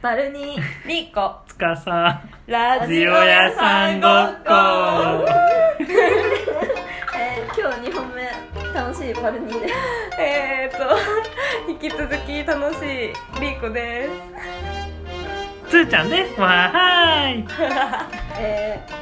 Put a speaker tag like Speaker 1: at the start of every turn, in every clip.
Speaker 1: バルニー、ミッコ、
Speaker 2: つかさ
Speaker 1: ラ
Speaker 2: ジオ屋さんごっこ
Speaker 1: えー今日2本目、楽しいバルニーです。
Speaker 3: えー、っと引き続き楽しいリーコで
Speaker 2: つーちゃんですわーい
Speaker 1: え
Speaker 3: す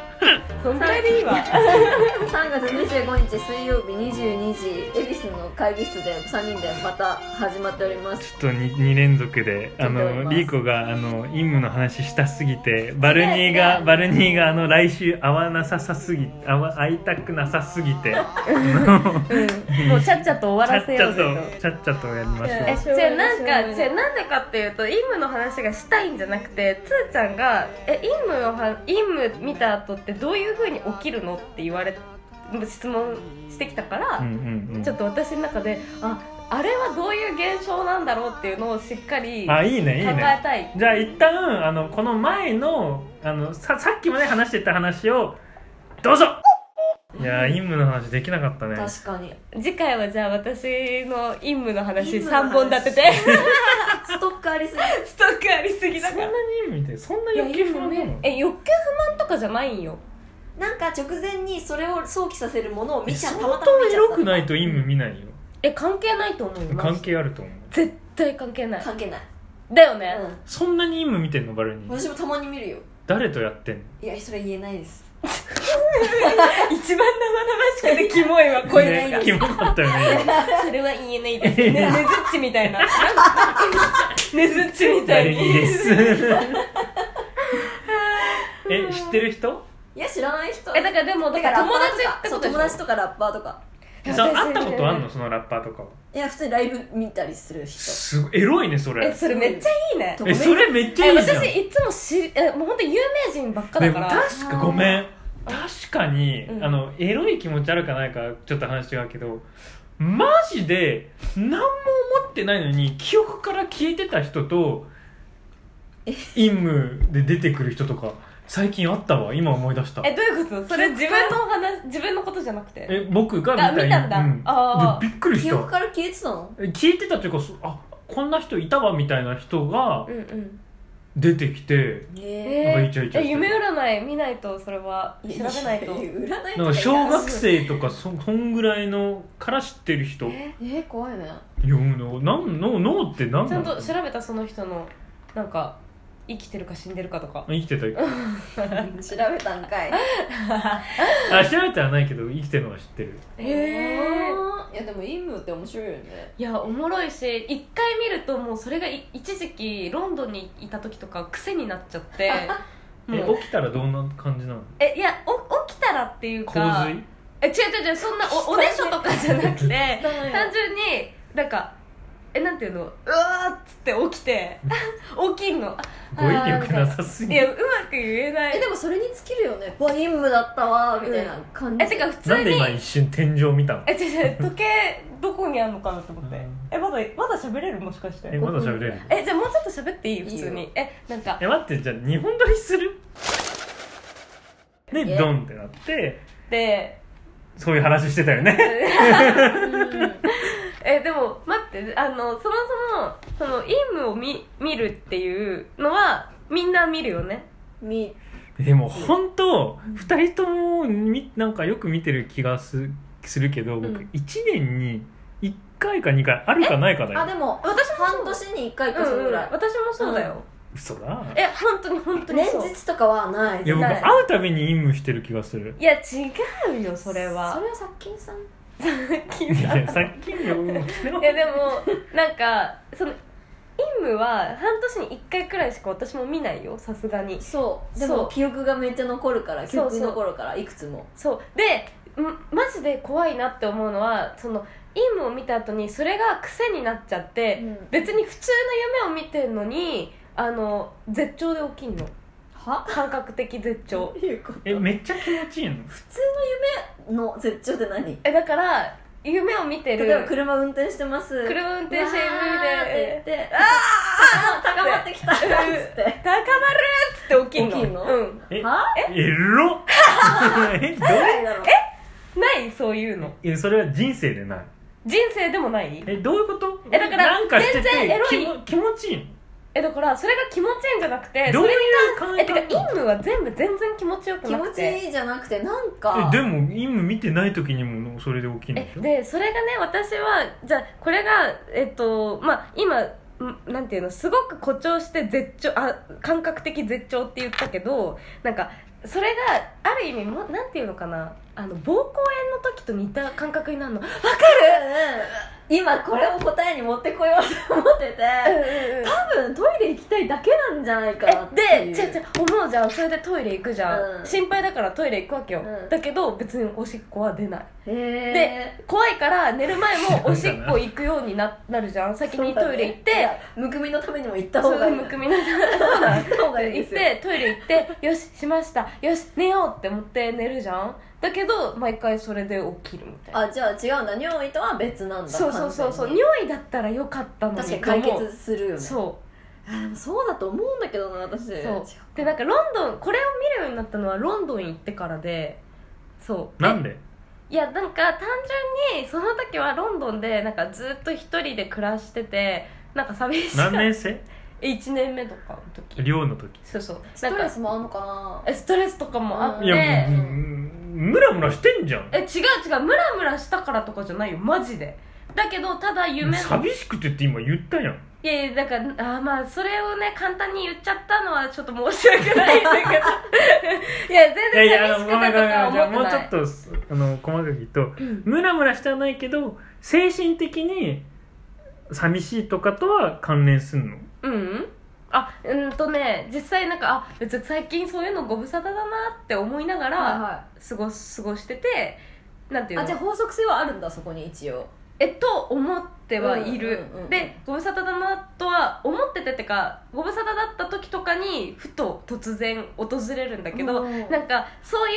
Speaker 3: そんくらいでいいわ
Speaker 1: ー、3月25日水曜日22時、恵比寿の会議室で3人でまた始まっております。
Speaker 2: ちょっと 2, 二連続であ
Speaker 1: ちょっとい
Speaker 2: の
Speaker 1: ます
Speaker 2: リーコがあのイムの話したすぎてバルニー
Speaker 1: 違う
Speaker 2: が
Speaker 1: 違う
Speaker 2: バルニーがあの来週会わなささすぎ会わ会いたくなさすぎてあの
Speaker 3: うんもうちゃっちゃと終
Speaker 2: ち
Speaker 3: わ
Speaker 2: ゃ
Speaker 3: ら
Speaker 2: っ
Speaker 3: せ
Speaker 2: ち
Speaker 3: よ
Speaker 2: ゃ
Speaker 3: うぜと
Speaker 2: とちゃっちゃとやりましょう
Speaker 3: え
Speaker 1: い
Speaker 3: じゃあなん
Speaker 1: しょうがない
Speaker 3: かじゃあなんでかっていうとイムの話がしたいんじゃなくてつーちゃんが「えイムのはイム見た後ってどういうふうに起きるの?」って言われ質問してきたから、
Speaker 2: うんうんうん
Speaker 3: ちょっと私の中でああれはどういう現象なんだろうっていうのをしっかり考
Speaker 2: あ
Speaker 3: え
Speaker 2: いいねいいね
Speaker 3: たい
Speaker 2: じゃあ一旦あのこの前のあのささっきまで話してた話をどうぞいやーイムの話できなかったね
Speaker 1: 確かに。
Speaker 3: 次回はじゃあ私の陰夢の
Speaker 1: 陰
Speaker 3: 話
Speaker 1: 夢の話
Speaker 3: 3本立てて
Speaker 1: ストックありすぎ。
Speaker 3: ストックありすぎだ
Speaker 2: そん
Speaker 3: か
Speaker 2: な
Speaker 3: ら
Speaker 2: にイム見てそんない
Speaker 3: や
Speaker 2: 欲求不満なの
Speaker 3: え欲求不満とかじゃないんよ
Speaker 1: なんか直前にそれを想起させるものを見ちゃ
Speaker 2: 相
Speaker 1: う
Speaker 2: 当エロくないとイム見ないよ
Speaker 3: え関係ないと思いま
Speaker 2: 関
Speaker 3: す
Speaker 2: 係あると思う
Speaker 3: 絶対関係ない
Speaker 1: 関係ない、
Speaker 3: だよね、
Speaker 2: そんなにイム見てんのバルニ
Speaker 1: うん、
Speaker 2: ー
Speaker 1: 私もたまに見るよ
Speaker 2: 誰とやってんの
Speaker 1: いやそれ言えないです
Speaker 3: 一番生々しくてキモいわこいつ
Speaker 1: え
Speaker 3: が、
Speaker 2: ねキモかったよね今
Speaker 3: それは言えないです ねねずっちみたいなねずっちみた
Speaker 2: バル
Speaker 3: い
Speaker 2: ニ
Speaker 3: に
Speaker 2: ーですえ知ってる人
Speaker 1: いや知らない人
Speaker 3: えだからでもだから
Speaker 1: ラッパ
Speaker 3: 友
Speaker 1: ー
Speaker 3: 達
Speaker 1: とか
Speaker 3: って
Speaker 1: そ
Speaker 3: こ
Speaker 1: う
Speaker 3: とでし
Speaker 1: 友
Speaker 3: ょ
Speaker 1: 達とかラッパーとか
Speaker 2: そう会ったことあんのそのラッパーとかはい
Speaker 1: や普通にライブ見たりする人
Speaker 2: すごいエロいねそれ
Speaker 3: えそれめっちゃいいね
Speaker 1: と
Speaker 2: えそれめっちゃ
Speaker 3: え
Speaker 2: いいじゃん
Speaker 3: 私いつも知りえもう本当有名人ばっか
Speaker 2: で
Speaker 3: だ
Speaker 2: も
Speaker 3: から
Speaker 2: 確かごめん確かに、
Speaker 3: うん
Speaker 2: あのエロい気持ちあるかないかちょっと話違うけどマジで何も思ってないのに記憶から消えてた人と陰夢で出てくる人とか最近あったわ今思い出した
Speaker 3: えどういうことそれ自分のお話自分のことじゃなくて
Speaker 2: え僕が
Speaker 3: あ
Speaker 2: 見た
Speaker 3: 見たんだ
Speaker 2: うん
Speaker 3: あー
Speaker 2: でびっくりし
Speaker 1: 記憶
Speaker 2: た
Speaker 1: から消えてたの
Speaker 2: え消えてたというかそあこんな人いたわみたいな人が
Speaker 3: うんうん
Speaker 2: 出てきて、
Speaker 1: え
Speaker 2: なんか
Speaker 3: え
Speaker 2: イチャイチャ
Speaker 3: え
Speaker 2: してる
Speaker 3: 夢占い見ないとそれは調べないと
Speaker 1: 占いとか
Speaker 2: なんか小学生とかそそんぐらいのから知ってる人
Speaker 3: え
Speaker 1: えー、怖いね
Speaker 2: 読むのなんの脳って何
Speaker 3: ちゃ
Speaker 2: なんの
Speaker 3: と調べたその人のなんか生きてるか死んでるかとか
Speaker 2: 生きてた
Speaker 1: 調べたんかい
Speaker 2: あ調べてはないけど生きてるのは知ってる
Speaker 3: へ
Speaker 1: いやでも陰夢って面白いよね
Speaker 3: いやおもろいし一回見るともうそれがい一時期ロンドンにいた時とか癖になっちゃって も
Speaker 2: え
Speaker 3: う
Speaker 2: 起きたらどんな感じなの
Speaker 3: えいやお起きたらっていう
Speaker 2: 洪
Speaker 3: か
Speaker 2: 水
Speaker 3: え違う違う違うそんな おおねしょとかじゃなくて単
Speaker 1: 単
Speaker 3: 純になんかえなんていうのうわーっつって起き て起きんの
Speaker 2: 語彙力なさす
Speaker 3: い
Speaker 2: ぎ
Speaker 3: や
Speaker 2: る
Speaker 3: うまく言えない
Speaker 1: えでもそれに尽きるよねわ陰夢だったわみたいな感じ、
Speaker 3: えて か普通
Speaker 2: なんで
Speaker 3: に
Speaker 2: 今一瞬天井見たの
Speaker 3: え違う違う時計どこにあるのかなと思っ
Speaker 2: う
Speaker 3: て
Speaker 2: ん
Speaker 3: えまだまだ喋れるもしかして
Speaker 2: えまだ喋れる
Speaker 3: えじゃあもうちょっと喋っていい普通
Speaker 1: いい
Speaker 3: にえなんか
Speaker 2: え待ってじゃあ2本撮りする
Speaker 1: い
Speaker 2: で
Speaker 1: や
Speaker 2: ドンってなって
Speaker 3: で
Speaker 2: そういう話してたよね
Speaker 1: うん
Speaker 3: えでも待ってあのそもそもそのイムを見見るっていうのはみんな見るよね
Speaker 1: み
Speaker 2: でも本当二2人ともみなんかよく見てる気がすするけど僕
Speaker 3: うん
Speaker 2: 1年に1回か2回あるかないかだ
Speaker 1: あ
Speaker 2: よ
Speaker 1: でも
Speaker 3: 私もそう
Speaker 1: 半年に1回かその
Speaker 3: う
Speaker 1: ぐ
Speaker 3: ん、
Speaker 1: らい、
Speaker 3: 私もそうだよ、
Speaker 2: 嘘だ
Speaker 3: え本当に本当にそう
Speaker 1: 連日とかはない
Speaker 2: いや僕
Speaker 3: ない
Speaker 2: 会うたびに陰夢してる気がする
Speaker 3: いや違うよそれは
Speaker 1: それは殺菌さん
Speaker 3: 気
Speaker 2: い
Speaker 3: が
Speaker 2: やさっきの
Speaker 3: いやでもなんかその陰夢は半年に1回くらいしか私も見ないよさすがに
Speaker 1: そうで
Speaker 3: そ
Speaker 1: も
Speaker 3: う
Speaker 1: 記憶がめっちゃ残るから記
Speaker 3: そうそう
Speaker 1: 憶に残るからいくつも
Speaker 3: そうでんマジで怖いなって思うのはその陰夢を見た後にそれが癖になっちゃって、
Speaker 1: うん
Speaker 3: 別に普通の夢を見てんのにあの絶頂で起きんの
Speaker 1: は
Speaker 3: 感覚的絶頂
Speaker 1: どういうこと
Speaker 2: えめっちゃ気持ちいいの
Speaker 1: 普通の夢の絶頂で何
Speaker 3: えだから夢を見てる
Speaker 1: 例えば車運転してます
Speaker 3: 車運転して
Speaker 1: うわーって
Speaker 3: 夢で
Speaker 1: 言って
Speaker 3: ああ
Speaker 1: 高まってきたっつって
Speaker 3: 高まるっつって起きんの
Speaker 1: 起きんの
Speaker 3: うん
Speaker 2: え
Speaker 1: は
Speaker 2: エロ えどう
Speaker 1: 誰だろう
Speaker 3: ないそういうの
Speaker 2: えそれは人生でない
Speaker 3: 人生でもない
Speaker 2: えどういうこと
Speaker 3: えだから
Speaker 2: なんかしてて
Speaker 3: 全然エロい
Speaker 2: 気も気持ちいいの
Speaker 3: えだからそれが気持ちいいんじゃなくて
Speaker 2: どういう
Speaker 3: そ
Speaker 2: 感
Speaker 3: れがえて
Speaker 2: 覚
Speaker 3: かインムは全部全然気持ちよく
Speaker 1: 気
Speaker 3: なく
Speaker 1: 持
Speaker 3: て
Speaker 1: ちいいじゃなくてなん
Speaker 2: え
Speaker 1: か
Speaker 2: でも今見てない時にもそれで起きるんで
Speaker 3: え
Speaker 2: しょ
Speaker 3: でそれがね私はじゃあこれがえっとまあ今んなんていうのすごく誇張して絶頂あ感覚的絶頂って言ったけどなんかそれがある意味もなんていうのかなあの膀胱炎の時と似た感覚になるのわか
Speaker 1: うん今これを答えに持ってこようと思ってて
Speaker 3: る、うん
Speaker 1: 多分トイレ行きたいだけなんじゃないかなって
Speaker 3: え
Speaker 1: い
Speaker 3: で
Speaker 1: う
Speaker 3: 違う違う思うじゃんそれでトイレ行くじゃん、
Speaker 1: うん
Speaker 3: 心配だからトイレ行くわけよ、
Speaker 1: うん
Speaker 3: だけど別におしっこは出ない
Speaker 1: へ
Speaker 3: で怖いから寝る前もおしっこ行くようにななるじゃ ん先
Speaker 1: ー
Speaker 3: にトイレ行って、
Speaker 1: いやむくみのためにも行っ た
Speaker 3: そ
Speaker 1: 方
Speaker 3: う
Speaker 1: がいい
Speaker 3: むくみながらそうだ
Speaker 1: 行った方がいいで
Speaker 3: 行っ
Speaker 1: すよ
Speaker 3: てトイレ行って よししましたよし寝ようって思って寝るじゃんだけど毎回それで起きるみたいな
Speaker 1: あじゃあ違うんだ尿意とは別なんだ
Speaker 3: そうそうそうそう
Speaker 1: 完全
Speaker 3: 匂
Speaker 1: に
Speaker 3: いだったらよかったのに
Speaker 1: 確かに解
Speaker 3: と思
Speaker 1: 決する
Speaker 3: う
Speaker 1: よね
Speaker 3: そ
Speaker 1: あでもそうだと思うんだけどな私
Speaker 3: う
Speaker 1: 違
Speaker 3: そう
Speaker 1: う
Speaker 3: でなんかロンドンこれを見るようになったのはロンドン行ってからでそう
Speaker 2: なんで
Speaker 3: いやなんか単純にその時はロンドンでなんかずっと一人で暮らしててなんか寂しか
Speaker 2: 何
Speaker 3: った
Speaker 2: 年生
Speaker 3: 1年目とかの時
Speaker 2: 寮の時
Speaker 3: そうそう
Speaker 1: ス
Speaker 3: なん
Speaker 1: ト
Speaker 3: か
Speaker 1: レスもあんのかな
Speaker 3: えストレスとかもあって
Speaker 2: いや、
Speaker 1: ね
Speaker 2: もうムラムラしてんじゃん
Speaker 3: え違う違うムラムラしたからとかじゃないよマジでだけどただ夢の
Speaker 2: 寂しくてって今言ったやん
Speaker 3: いやいやだからあーまあそれをね簡単に言っちゃったのはちょっと申し訳ないんだけど いや全然
Speaker 2: いやいや
Speaker 3: 寂し
Speaker 2: ご
Speaker 3: く
Speaker 2: め
Speaker 3: て
Speaker 2: んごめん
Speaker 3: とかは
Speaker 2: じゃあ
Speaker 3: 思
Speaker 2: も
Speaker 3: っ
Speaker 2: う
Speaker 3: て
Speaker 2: ちょ
Speaker 3: ない
Speaker 2: っとすあの細かく言うと
Speaker 3: うん
Speaker 2: ムラムラしてはないけど精神的に寂しいとかとは関連すんの
Speaker 3: うんあうーんとね実際なんかあ別に最近そういうのご無沙汰だなって思いなが
Speaker 1: はい
Speaker 3: ら
Speaker 1: は
Speaker 3: 過ごす過ごしててなんて
Speaker 1: い
Speaker 3: いうの
Speaker 1: あじゃあ法則性はあるんだそこに一応
Speaker 3: えっと思ってはいる、
Speaker 1: うんうんうん
Speaker 3: でご無沙汰だなとは思っててってかご無沙汰だった時とかにふと突然訪れるんだけど、
Speaker 1: うん
Speaker 3: なんかそうい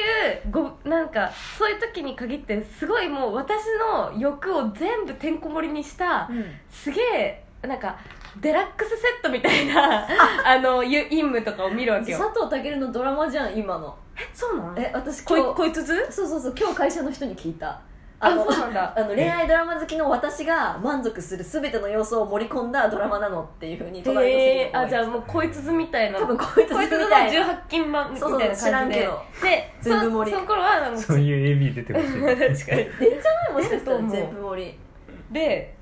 Speaker 3: うごなんかそういう時に限ってすごいもう私の欲を全部てんこ盛りにしたすげえなんかデラックスセットみたいな あのゆ陰夢とかを見るわけよ
Speaker 1: 佐藤健のドラマじゃん今の
Speaker 3: えそうなの
Speaker 1: え私
Speaker 3: こい
Speaker 1: 今日
Speaker 3: こいつず
Speaker 1: そうそうそう今日会社の人に聞いた
Speaker 3: あ
Speaker 1: の
Speaker 3: そうなんだ
Speaker 1: あの恋愛ドラマ好きの私が満足する全ての要素を盛り込んだドラマなのっていうふうに隣の席
Speaker 3: え
Speaker 1: で
Speaker 3: ー、あじゃあ
Speaker 1: あ
Speaker 3: もうこいつずみたいな
Speaker 1: 多分こいつ
Speaker 3: こいつの
Speaker 1: みたいな
Speaker 3: 18金版みたいな感じで
Speaker 1: そうそう知らんけど
Speaker 3: で
Speaker 1: 全部盛り
Speaker 3: そその頃はなんか
Speaker 2: そういう AB 出てほ し
Speaker 3: 確かに
Speaker 1: 出ちゃないもしかした
Speaker 3: 出ると
Speaker 1: ら
Speaker 3: 思う
Speaker 1: 全部盛り
Speaker 3: で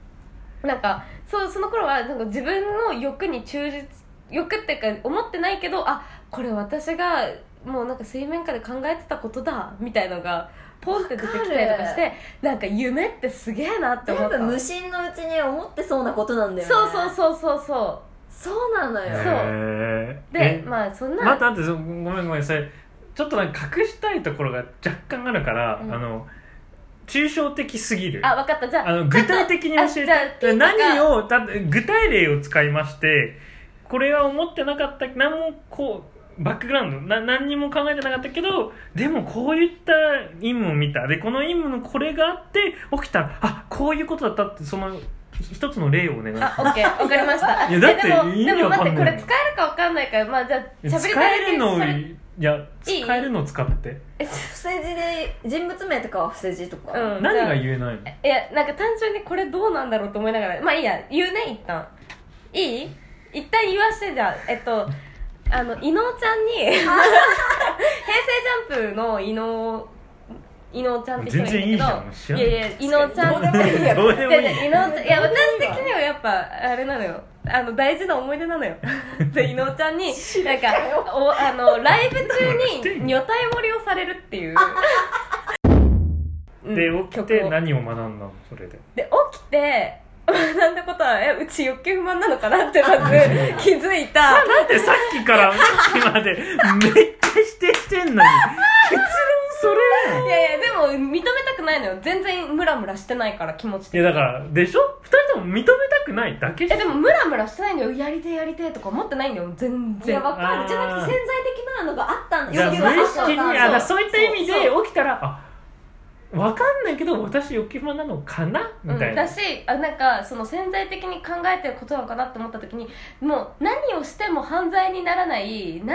Speaker 3: なんかそうその頃はなんか自分の欲に忠実欲っていうか思ってないけどあこれ私がもうなんか水面下で考えてたことだみたいのがポンって出てきたりとかしてなんか夢ってすげえなって思
Speaker 1: 全
Speaker 3: った
Speaker 1: 部無心のうちに思ってそうなことなんだよね
Speaker 3: そうそうそうそうそ
Speaker 1: そうなの
Speaker 2: い
Speaker 1: よ、
Speaker 3: そう
Speaker 2: へ
Speaker 3: う
Speaker 2: ー
Speaker 3: で
Speaker 2: え
Speaker 3: まあそんな、
Speaker 2: 待って待ってそごめんごめんそれちょっとなんか隠したいところが若干あるから、
Speaker 3: うん
Speaker 2: あの抽象的すぎる
Speaker 3: あ分かったじゃあ
Speaker 2: あの具体的に教
Speaker 3: あじゃあ
Speaker 2: え
Speaker 3: ピ
Speaker 2: て
Speaker 3: ンとか
Speaker 2: 何をだって具体例を使いましてこれは思ってなかった何もこうバックグラウンドな何にも考えてなかったけどでもこういった陰夢を見たでこの陰夢のこれがあって起きたあこういうことだったってその一つの例をお願いし
Speaker 3: あ、
Speaker 2: ま
Speaker 3: オッケー、わかりました。
Speaker 2: いやだって
Speaker 3: えでも
Speaker 2: 意
Speaker 3: で
Speaker 2: 味
Speaker 3: も
Speaker 2: わかん
Speaker 3: 待
Speaker 2: な
Speaker 3: っ
Speaker 2: い
Speaker 3: て、これ使えるかわかんないから、まあじゃあ、喋
Speaker 2: す
Speaker 3: り
Speaker 2: 使えるのを
Speaker 3: だけ
Speaker 2: い
Speaker 3: に
Speaker 2: や
Speaker 3: いい
Speaker 2: 使えるのを使って
Speaker 3: す
Speaker 1: 不正字で人物名とかは不正字とか、
Speaker 3: るうん、
Speaker 2: 何が
Speaker 3: じゃ
Speaker 2: 言えないの
Speaker 3: あいや、なんか単純にこれどうなんだろうと思いながら、まあいいや、言うね、一旦。いい一旦言わして、じゃあ、えっと、あの、伊能ちゃんに、平成ジャンプの伊能、伊能ちゃんって人がるんだ
Speaker 2: 全然いい
Speaker 3: け
Speaker 2: じゃ
Speaker 3: ど、
Speaker 2: ん
Speaker 3: いやいや、伊能ちゃん
Speaker 1: どうでもいい や
Speaker 2: どうで
Speaker 3: い
Speaker 2: もい
Speaker 3: や
Speaker 2: い
Speaker 3: いや伊能ちゃんいや私的にはやっぱあれなのよあの大事な思い出な のよで伊能ちゃんになんかおあのライブ中に女体盛りをされるっていう
Speaker 2: で
Speaker 3: うん
Speaker 2: 起き
Speaker 3: 曲
Speaker 2: て
Speaker 3: を
Speaker 2: 何を学んだのそれで
Speaker 3: で起きて 学んだことはえうち欲求不満なのかなってまず 気づいた
Speaker 2: だってさっきからさっきまでめっちゃ否定してんのに結論それ
Speaker 3: いやいやでも認めたくないのよ全然ムラムラしてないから気持ち的
Speaker 2: い
Speaker 3: に
Speaker 2: やだからでしょ二人とも認めたくないだけじゃ
Speaker 3: え
Speaker 2: ん
Speaker 3: でもムラムラしてないのよやりてえやりてえとか思ってないんだよ全
Speaker 1: い
Speaker 3: 然
Speaker 1: やわか
Speaker 2: あー
Speaker 1: るじゃなくて潜在的なのがあったん
Speaker 2: じゃあ無
Speaker 1: 要求があ
Speaker 2: 意
Speaker 1: った
Speaker 2: 識
Speaker 1: ん
Speaker 2: にあだからそういった意味で
Speaker 1: そうそう
Speaker 2: 起きたらあわかんないけど私欲暇なのかなみたいな、
Speaker 3: だしあなんかその潜在的に考えてることなのかなって思った時にもう何をしても犯罪にならない何でも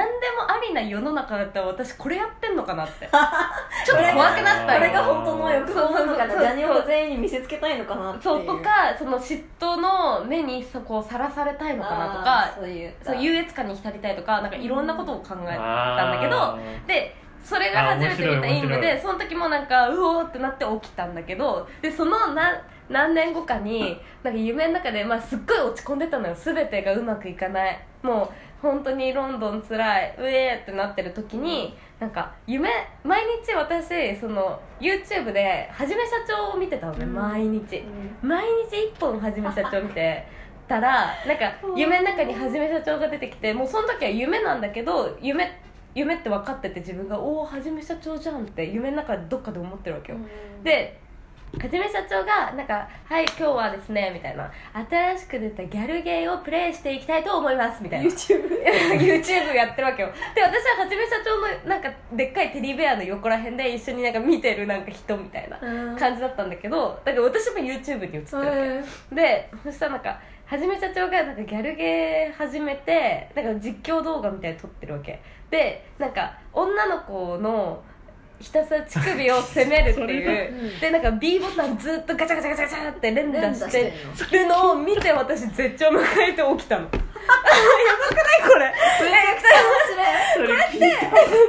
Speaker 3: ありな世の中だったら私これやってんのかなって ちょっと怖くなった
Speaker 1: こ
Speaker 3: よ
Speaker 1: れが本当の欲望なのか
Speaker 3: そう
Speaker 1: な
Speaker 3: そうそう
Speaker 1: ジャニオ全員に見せつけたいのかなっていう
Speaker 3: そうとかその嫉妬の目にそこをさらされたいのかなと
Speaker 1: あー
Speaker 3: か
Speaker 1: そういう
Speaker 3: そう優越感に浸りたいとかなんかいろんなことを考えたんだけど
Speaker 2: あー
Speaker 3: でそれが初めて見
Speaker 2: あ
Speaker 3: た
Speaker 2: 面
Speaker 3: イン
Speaker 2: 白い
Speaker 3: ド
Speaker 2: 面白
Speaker 3: でその時もなんかうおーってなって起きたんだけどでその何何年後かになんか夢の中で、まあ、すっごい落ち込んでたのよ全てがうまくいかないもう本当にロンドンつらいうえーってなってる時になんか夢毎日私その YouTube ではじめ社長を見てたのね、
Speaker 1: うん
Speaker 3: 毎日
Speaker 1: うん
Speaker 3: 毎日一本はじめ社長見てたらなんか夢の中にはじめ社長が出てきてもうその時は夢なんだけど夢夢って分かってて自分が「おおはじめ社長じゃん」って夢の中でどっかで思ってるわけよ、ではじめ社長がなんか「はい今日はですね」みたいな「新しく出たギャルゲーをプレイしていきたいと思います」みたい な
Speaker 1: YouTube
Speaker 3: YouTube やってるわけよで私ははじめ社長のなんかでっかいテディベアの横ら辺で一緒になんか見てるなんか人みたいな感じだったんだけどだから私も YouTube に映ってるわけ、
Speaker 1: うん
Speaker 3: でそしたらなんかはじめ社長がなんかギャルゲー始めてなんか実況動画みたいに撮ってるわけでなんか女の子のひたすら乳首を責めるって
Speaker 2: それ
Speaker 3: い
Speaker 1: がうん
Speaker 3: うでなんか B ボタンずっとガチャガチャガチャガチャって連打し
Speaker 1: 連
Speaker 3: て
Speaker 1: 打
Speaker 3: るのを見て私絶頂迎えて起き たのやばくないこれ
Speaker 1: めちゃくちゃ面白
Speaker 2: そ
Speaker 1: い
Speaker 2: れ聞いて
Speaker 3: えこれってさ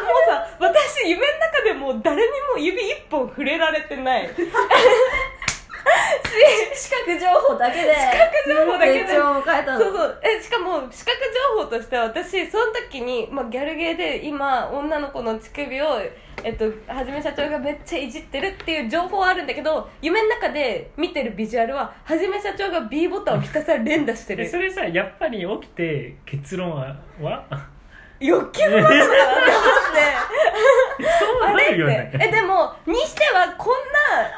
Speaker 3: もうさ私夢の中でもう誰にも指一本触れられてないし
Speaker 1: 視覚情報だけで
Speaker 3: 視覚情報だけで
Speaker 1: 成長を変えたの
Speaker 3: そうそうえしかも視覚情報としては私その時に、まあ、ギャルゲーで今女の子の乳首を、えっと、はじめ社長がめっちゃいじってるっていう情報はあるんだけど夢の中で見てるビジュアルははじめ社長が B ボタンをひたすら連打して
Speaker 2: え
Speaker 3: る
Speaker 2: それさやっぱり起きて結論はは
Speaker 3: 欲求不満なのかなって思って。
Speaker 2: そう
Speaker 3: あ
Speaker 2: な
Speaker 3: れ
Speaker 2: るよ
Speaker 3: ってえ
Speaker 2: ね
Speaker 3: でもにしてはこん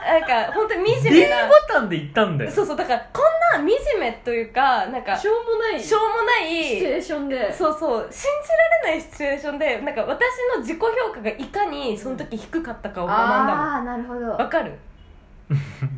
Speaker 3: ななんか本当に
Speaker 2: D
Speaker 3: 惨
Speaker 2: ボ
Speaker 3: めな
Speaker 2: タンで言ったんだよ
Speaker 3: そうそうだからこんな惨めというかなんかし
Speaker 1: し
Speaker 3: ょ
Speaker 1: ょうもないう
Speaker 3: もな
Speaker 1: シチュ
Speaker 3: い
Speaker 1: エーションで
Speaker 3: そうそう信じられないシチュエーションでなんか私の自己評価がいかにその時低かったかを学んだ
Speaker 1: ああーなるほど
Speaker 3: のわかる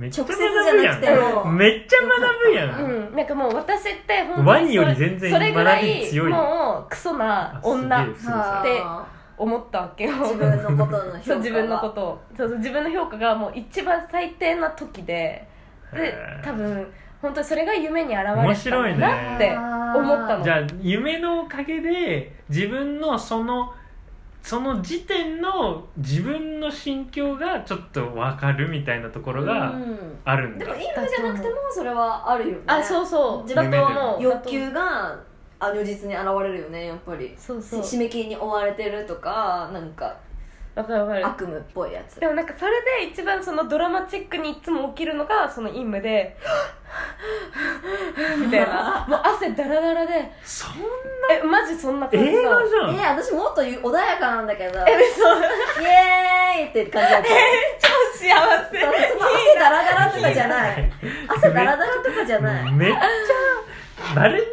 Speaker 2: めっちゃ
Speaker 1: 直接
Speaker 2: 学
Speaker 1: じゃなくて
Speaker 2: ぶや
Speaker 1: も
Speaker 2: んめっちゃ学ぶやん、
Speaker 3: うんなんかもう私って本当に
Speaker 2: ワニより全然
Speaker 3: それぐら
Speaker 2: 学び
Speaker 3: い
Speaker 2: 強い
Speaker 3: もうクソな
Speaker 2: あすげえ
Speaker 3: 女っ
Speaker 2: すごいそれ
Speaker 3: で
Speaker 1: はあ
Speaker 3: 思ったわけよ
Speaker 1: 自分のことの評価
Speaker 3: そう自分のこととをそうそう自分の評価がもう一番最低な時でで
Speaker 2: へー
Speaker 3: 多分本当にそれが夢に現れた
Speaker 2: 面白い
Speaker 3: んだなって
Speaker 2: ね
Speaker 3: 思ったの
Speaker 2: じゃあ夢のおかげで自分のそのその時点の自分の心境がちょっと分かるみたいなところ
Speaker 1: う
Speaker 2: が
Speaker 1: ん
Speaker 2: あるん
Speaker 1: で
Speaker 2: だ、
Speaker 1: もインフじゃなくてもそれはあるよね
Speaker 3: あそうそう
Speaker 1: 自
Speaker 3: だ
Speaker 1: 分
Speaker 3: と思う
Speaker 1: 欲求があ如実に現れるよねやっぱり
Speaker 3: そうそう
Speaker 1: 締め切りに追われてるとかなんか
Speaker 3: わかるわか
Speaker 1: 悪夢っぽいやつ
Speaker 3: るでもなんかそれで一番そのドラマチックにいつも起きるのがその陰夢 でみたいなもう汗だらだらで
Speaker 2: そん
Speaker 3: えマジそんな感じ
Speaker 2: 映
Speaker 3: だ
Speaker 2: 画
Speaker 1: え
Speaker 2: じゃん
Speaker 1: ー、私もっと穏やかなんだけど
Speaker 3: え嘘
Speaker 1: イエーイって感じだった
Speaker 3: 超幸せ
Speaker 1: そうその汗ダラダラとかじゃない汗ダラダラとかじゃない
Speaker 2: めっちゃバルニ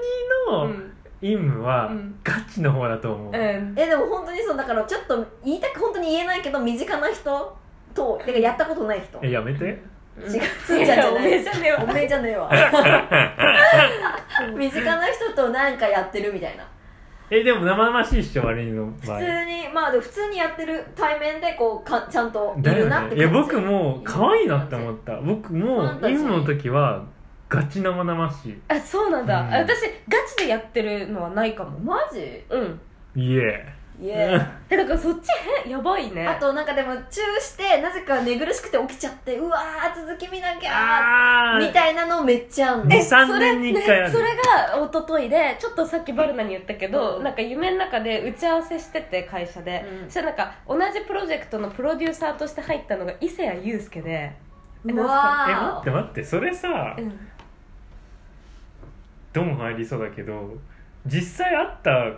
Speaker 3: う
Speaker 2: ーの
Speaker 3: ん
Speaker 2: 陰夢は
Speaker 3: うん
Speaker 2: ガチの方だと思
Speaker 3: う
Speaker 2: う、
Speaker 3: ん
Speaker 1: えでも本当にそうだからちょっと言いたく本当に言えないけど身近な人とだからやったことない人
Speaker 2: え
Speaker 1: 違う
Speaker 2: やめて
Speaker 1: つん
Speaker 3: い
Speaker 1: じゃんじ
Speaker 3: や
Speaker 1: ゃ
Speaker 3: お
Speaker 1: ない
Speaker 3: めえじゃねえ
Speaker 1: お
Speaker 3: わ
Speaker 1: めえじゃねえわ身近な人となんかやってるみたいな
Speaker 2: えでも生々しいっしょバルニーの場合
Speaker 1: 普通にまあでも普通にやってる対面でこうかちゃんとい
Speaker 2: だ
Speaker 1: る
Speaker 2: よ
Speaker 1: なっ
Speaker 2: ね
Speaker 1: て感じ
Speaker 2: いや僕も可愛いなって思った僕
Speaker 1: フ
Speaker 2: も
Speaker 1: ァンタ
Speaker 2: 陰
Speaker 1: ジー
Speaker 2: 夢の時はガチ生々しい
Speaker 3: あそうなんだ、
Speaker 2: うん
Speaker 3: あ私ガチでやってるのはないかも
Speaker 1: マジ
Speaker 3: うん
Speaker 2: イエ
Speaker 1: い
Speaker 2: ー
Speaker 1: や
Speaker 3: えだからそっち変やばいね
Speaker 1: あとなんかでもチューしてなぜか寝苦しくて起きちゃってうわー続き見なきゃ
Speaker 2: あ
Speaker 1: ー
Speaker 2: ー
Speaker 1: みたいなのめっちゃあんの
Speaker 2: ね
Speaker 3: え
Speaker 2: 23
Speaker 3: それ
Speaker 2: 年に一回ある
Speaker 3: ねそれが一昨日でちょっとさっきバルナに言ったけど、
Speaker 1: うん
Speaker 3: なんか夢の中で打ち合わせしてて会社で、
Speaker 1: うん
Speaker 3: そしたらなんか同じプロジェクトのプロデューサーとして入ったのが伊勢谷友介で、
Speaker 1: う
Speaker 2: え待
Speaker 1: わ
Speaker 2: って
Speaker 1: ー
Speaker 2: 待ってそれさ
Speaker 3: うん、
Speaker 2: ドン入りそうだけど実際会った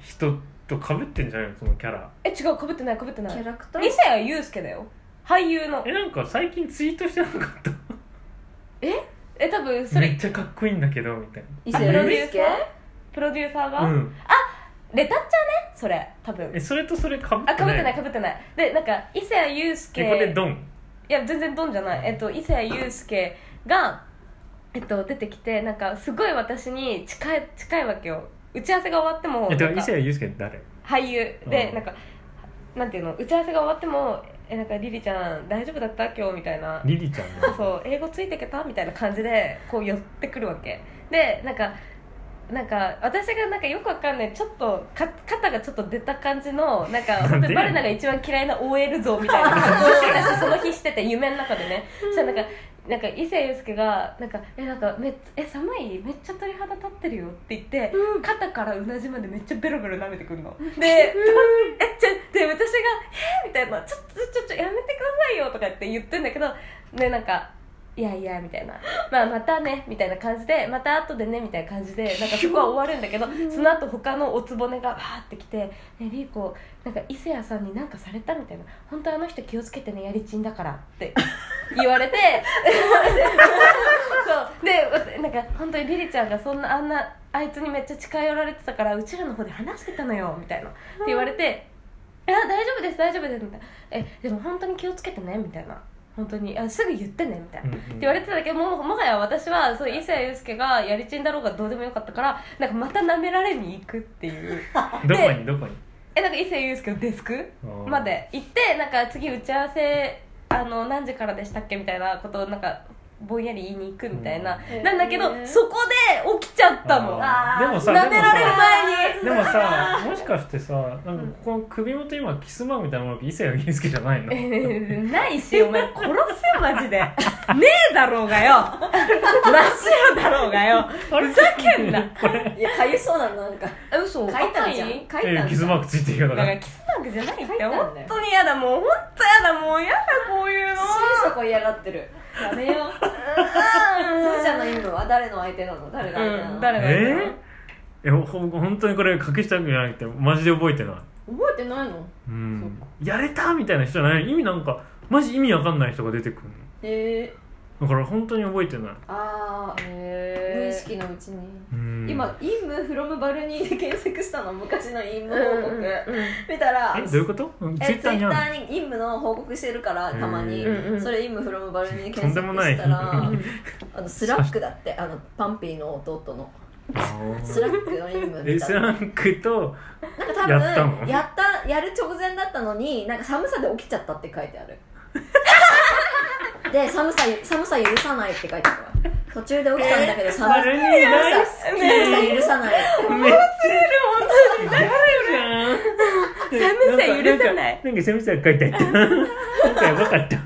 Speaker 2: 人と被ってんじゃないのそのキャラ
Speaker 3: え違うかぶってないかぶってな
Speaker 1: キャ
Speaker 3: い
Speaker 1: ラクター
Speaker 3: 伊勢谷友介だよ俳優の
Speaker 2: えなんか最近ツイートしてなかった
Speaker 3: え多分そ
Speaker 2: めっ
Speaker 3: れ
Speaker 2: ちゃかっこいいんだけどみたい
Speaker 1: 伊
Speaker 3: あ
Speaker 1: 勢
Speaker 3: プロ
Speaker 1: 祐
Speaker 3: デュー
Speaker 1: 介
Speaker 3: サープロデューサーが、
Speaker 2: なうん
Speaker 3: レタっちゃうねそれ多分
Speaker 2: えそれとそれかぶって
Speaker 3: あ
Speaker 2: な
Speaker 3: かぶっ
Speaker 2: い
Speaker 3: てないかぶってないでなんか伊勢谷友
Speaker 2: えこれ
Speaker 3: 介
Speaker 2: ドン
Speaker 3: いや全然ドンじゃない、えっと、伊勢谷友介が、えっと、出てきてなんかすごい私に近い近いわけよ打ち合わせが終わっても
Speaker 2: えだ
Speaker 3: な
Speaker 2: か
Speaker 3: ん
Speaker 2: ら
Speaker 3: か
Speaker 2: 伊勢谷友介って誰
Speaker 3: 俳優で、
Speaker 2: うん
Speaker 3: なんかなんていうの打ち合わせが終わっても「えなんかリリちゃん大丈夫だった今日」みたいな
Speaker 2: リリちゃんの
Speaker 3: そう英語ついてけたみたいな感じでこう寄ってくるわけでなんかなんか私がなんかよくわかんないちょっとか肩がちょっと出た感じのなんか本当にバルナが一番嫌いな OL 像みたいな格好を私その日してて夢の中でねそしたらなんかなんか伊勢祐介がなんかえなんかめっえ寒いめっちゃ鳥肌立ってるよって言って、肩からうなじまでめっちゃベロベロ舐めてくるのでえちょで私が「えみたいな「ちょっとちょっとやめてくださいよ」とかって言ってんだけどねなんか「いやいや」みたいな「まあまたね」みたいな感じで「また後でね」みたいな感じでなんかそこは終わるんだけどその後他のおつぼねがわーってきて「ねリーコなんか伊勢谷さんに何かされた?」みたいな「本当あの人気をつけてねやりちんだから」って言われて そうでわたなんか本当にリリちゃんがそんなあんなあいつにめっちゃ近寄られてたからうちらの方で話してたのよみたいなって言われて「あ大丈夫です大丈夫です」みたいな「えでも本当に気をつけてね」みたいな「本当にあすぐ言ってね」みたいな。って言われてたけどもうもはや私はそう伊勢谷友介がやりちんだろうがどうでもよかったからなんかまた舐められに行くって いう
Speaker 2: どこにどこに
Speaker 3: えなんか伊勢谷友介のデスク
Speaker 2: あー
Speaker 3: まで行ってなんか次打ち合わせあの何時からでしたっけみたいなことをなんかぼんやり言いに行くみたいな、
Speaker 1: うん
Speaker 3: なんだけど、
Speaker 1: へー
Speaker 3: そこで起きちゃったの
Speaker 2: あーでもさ
Speaker 3: 舐められる前に
Speaker 2: でも さもしかしてさなんかここの首元今キスマークみたいなものって伊勢谷友介じゃないの
Speaker 3: ないしお前殺せマジで ねえだろうがよ 真っ白だろうがよふざけんない
Speaker 1: やかゆそうなのなんか
Speaker 3: え嘘
Speaker 1: 書いたんじゃん書いたんじゃ
Speaker 2: え
Speaker 1: ん
Speaker 2: キスマークついてるよ
Speaker 3: だ
Speaker 2: だか
Speaker 3: かららキスなんかじゃないって
Speaker 1: 書いたんだよ
Speaker 3: 本当に嫌だもう本当嫌だもう嫌だこういうの
Speaker 1: 心底嫌がってるやめようスーちゃんの意味は誰の相手なの誰が相手なの、
Speaker 3: うん誰がいいの
Speaker 2: ええほほ本当にこれ隠したくじゃなくてマジで覚えてない
Speaker 1: 覚えてないの
Speaker 2: うんやれたみたいな人じゃない意味なんかマジ意味わかんない人が出てくる
Speaker 1: えー、
Speaker 2: のだから本当に覚えてない
Speaker 1: あー
Speaker 3: えー
Speaker 1: 無意識のうちに、
Speaker 2: うん
Speaker 1: 今「陰夢 from バルニー」で検索したの昔の陰夢報告、
Speaker 3: うんうん
Speaker 1: 見たら
Speaker 2: えどういうことうん
Speaker 1: え
Speaker 2: ツイッターにあるの
Speaker 1: ツイに陰夢の報告してるからたまに、
Speaker 2: うん
Speaker 3: うん
Speaker 1: それ陰夢 from バル
Speaker 2: と
Speaker 1: ニーで
Speaker 2: ん
Speaker 1: 検
Speaker 2: でも
Speaker 1: 索
Speaker 2: ない
Speaker 1: したら
Speaker 2: うん
Speaker 1: あのスラックだってあのパンピーの弟の
Speaker 2: あー
Speaker 1: スラックの陰夢
Speaker 2: え
Speaker 1: みた
Speaker 2: ス
Speaker 1: いな
Speaker 2: ランクと
Speaker 1: なんか多
Speaker 2: やった
Speaker 1: 分
Speaker 2: の
Speaker 1: やったやる直前だったのになんか寒さで起きちゃったって書いてあるで寒さ寒さ許さないって書いてあるわ途中で起きたんだけど寒さ
Speaker 2: バルニー大好
Speaker 1: 寒さ許さない
Speaker 2: め
Speaker 3: で
Speaker 2: っち
Speaker 3: も本当に
Speaker 2: ゃ
Speaker 3: 寒さ許さない
Speaker 2: んかんか寒さ書いてあったなんかやばかった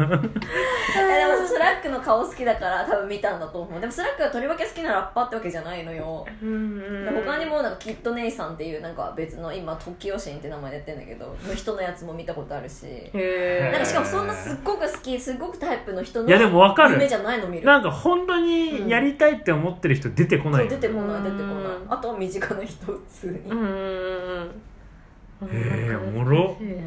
Speaker 1: えでもスラックの顔好きだから多分見たんだと思うでもスラックがとりわけ好きなラッパーってわけじゃないのよ
Speaker 3: うん
Speaker 1: で他にもなんかキッドネイさんっていうなんか別の今時吉って名前でやってんだけ どの人のやつも見たことあるし
Speaker 3: へ
Speaker 1: なんかしかもそんなすっごく好きすっごくタイプの人の
Speaker 2: いやでもわかる
Speaker 1: 夢じゃないの見る
Speaker 2: なんか本当にやりたいって思ってる人出てこな
Speaker 1: そ
Speaker 2: いう
Speaker 1: 出てこない出てこない
Speaker 3: うん
Speaker 1: あとは身近な人普通に、
Speaker 3: うんうんうん
Speaker 2: えーおもろ
Speaker 1: ね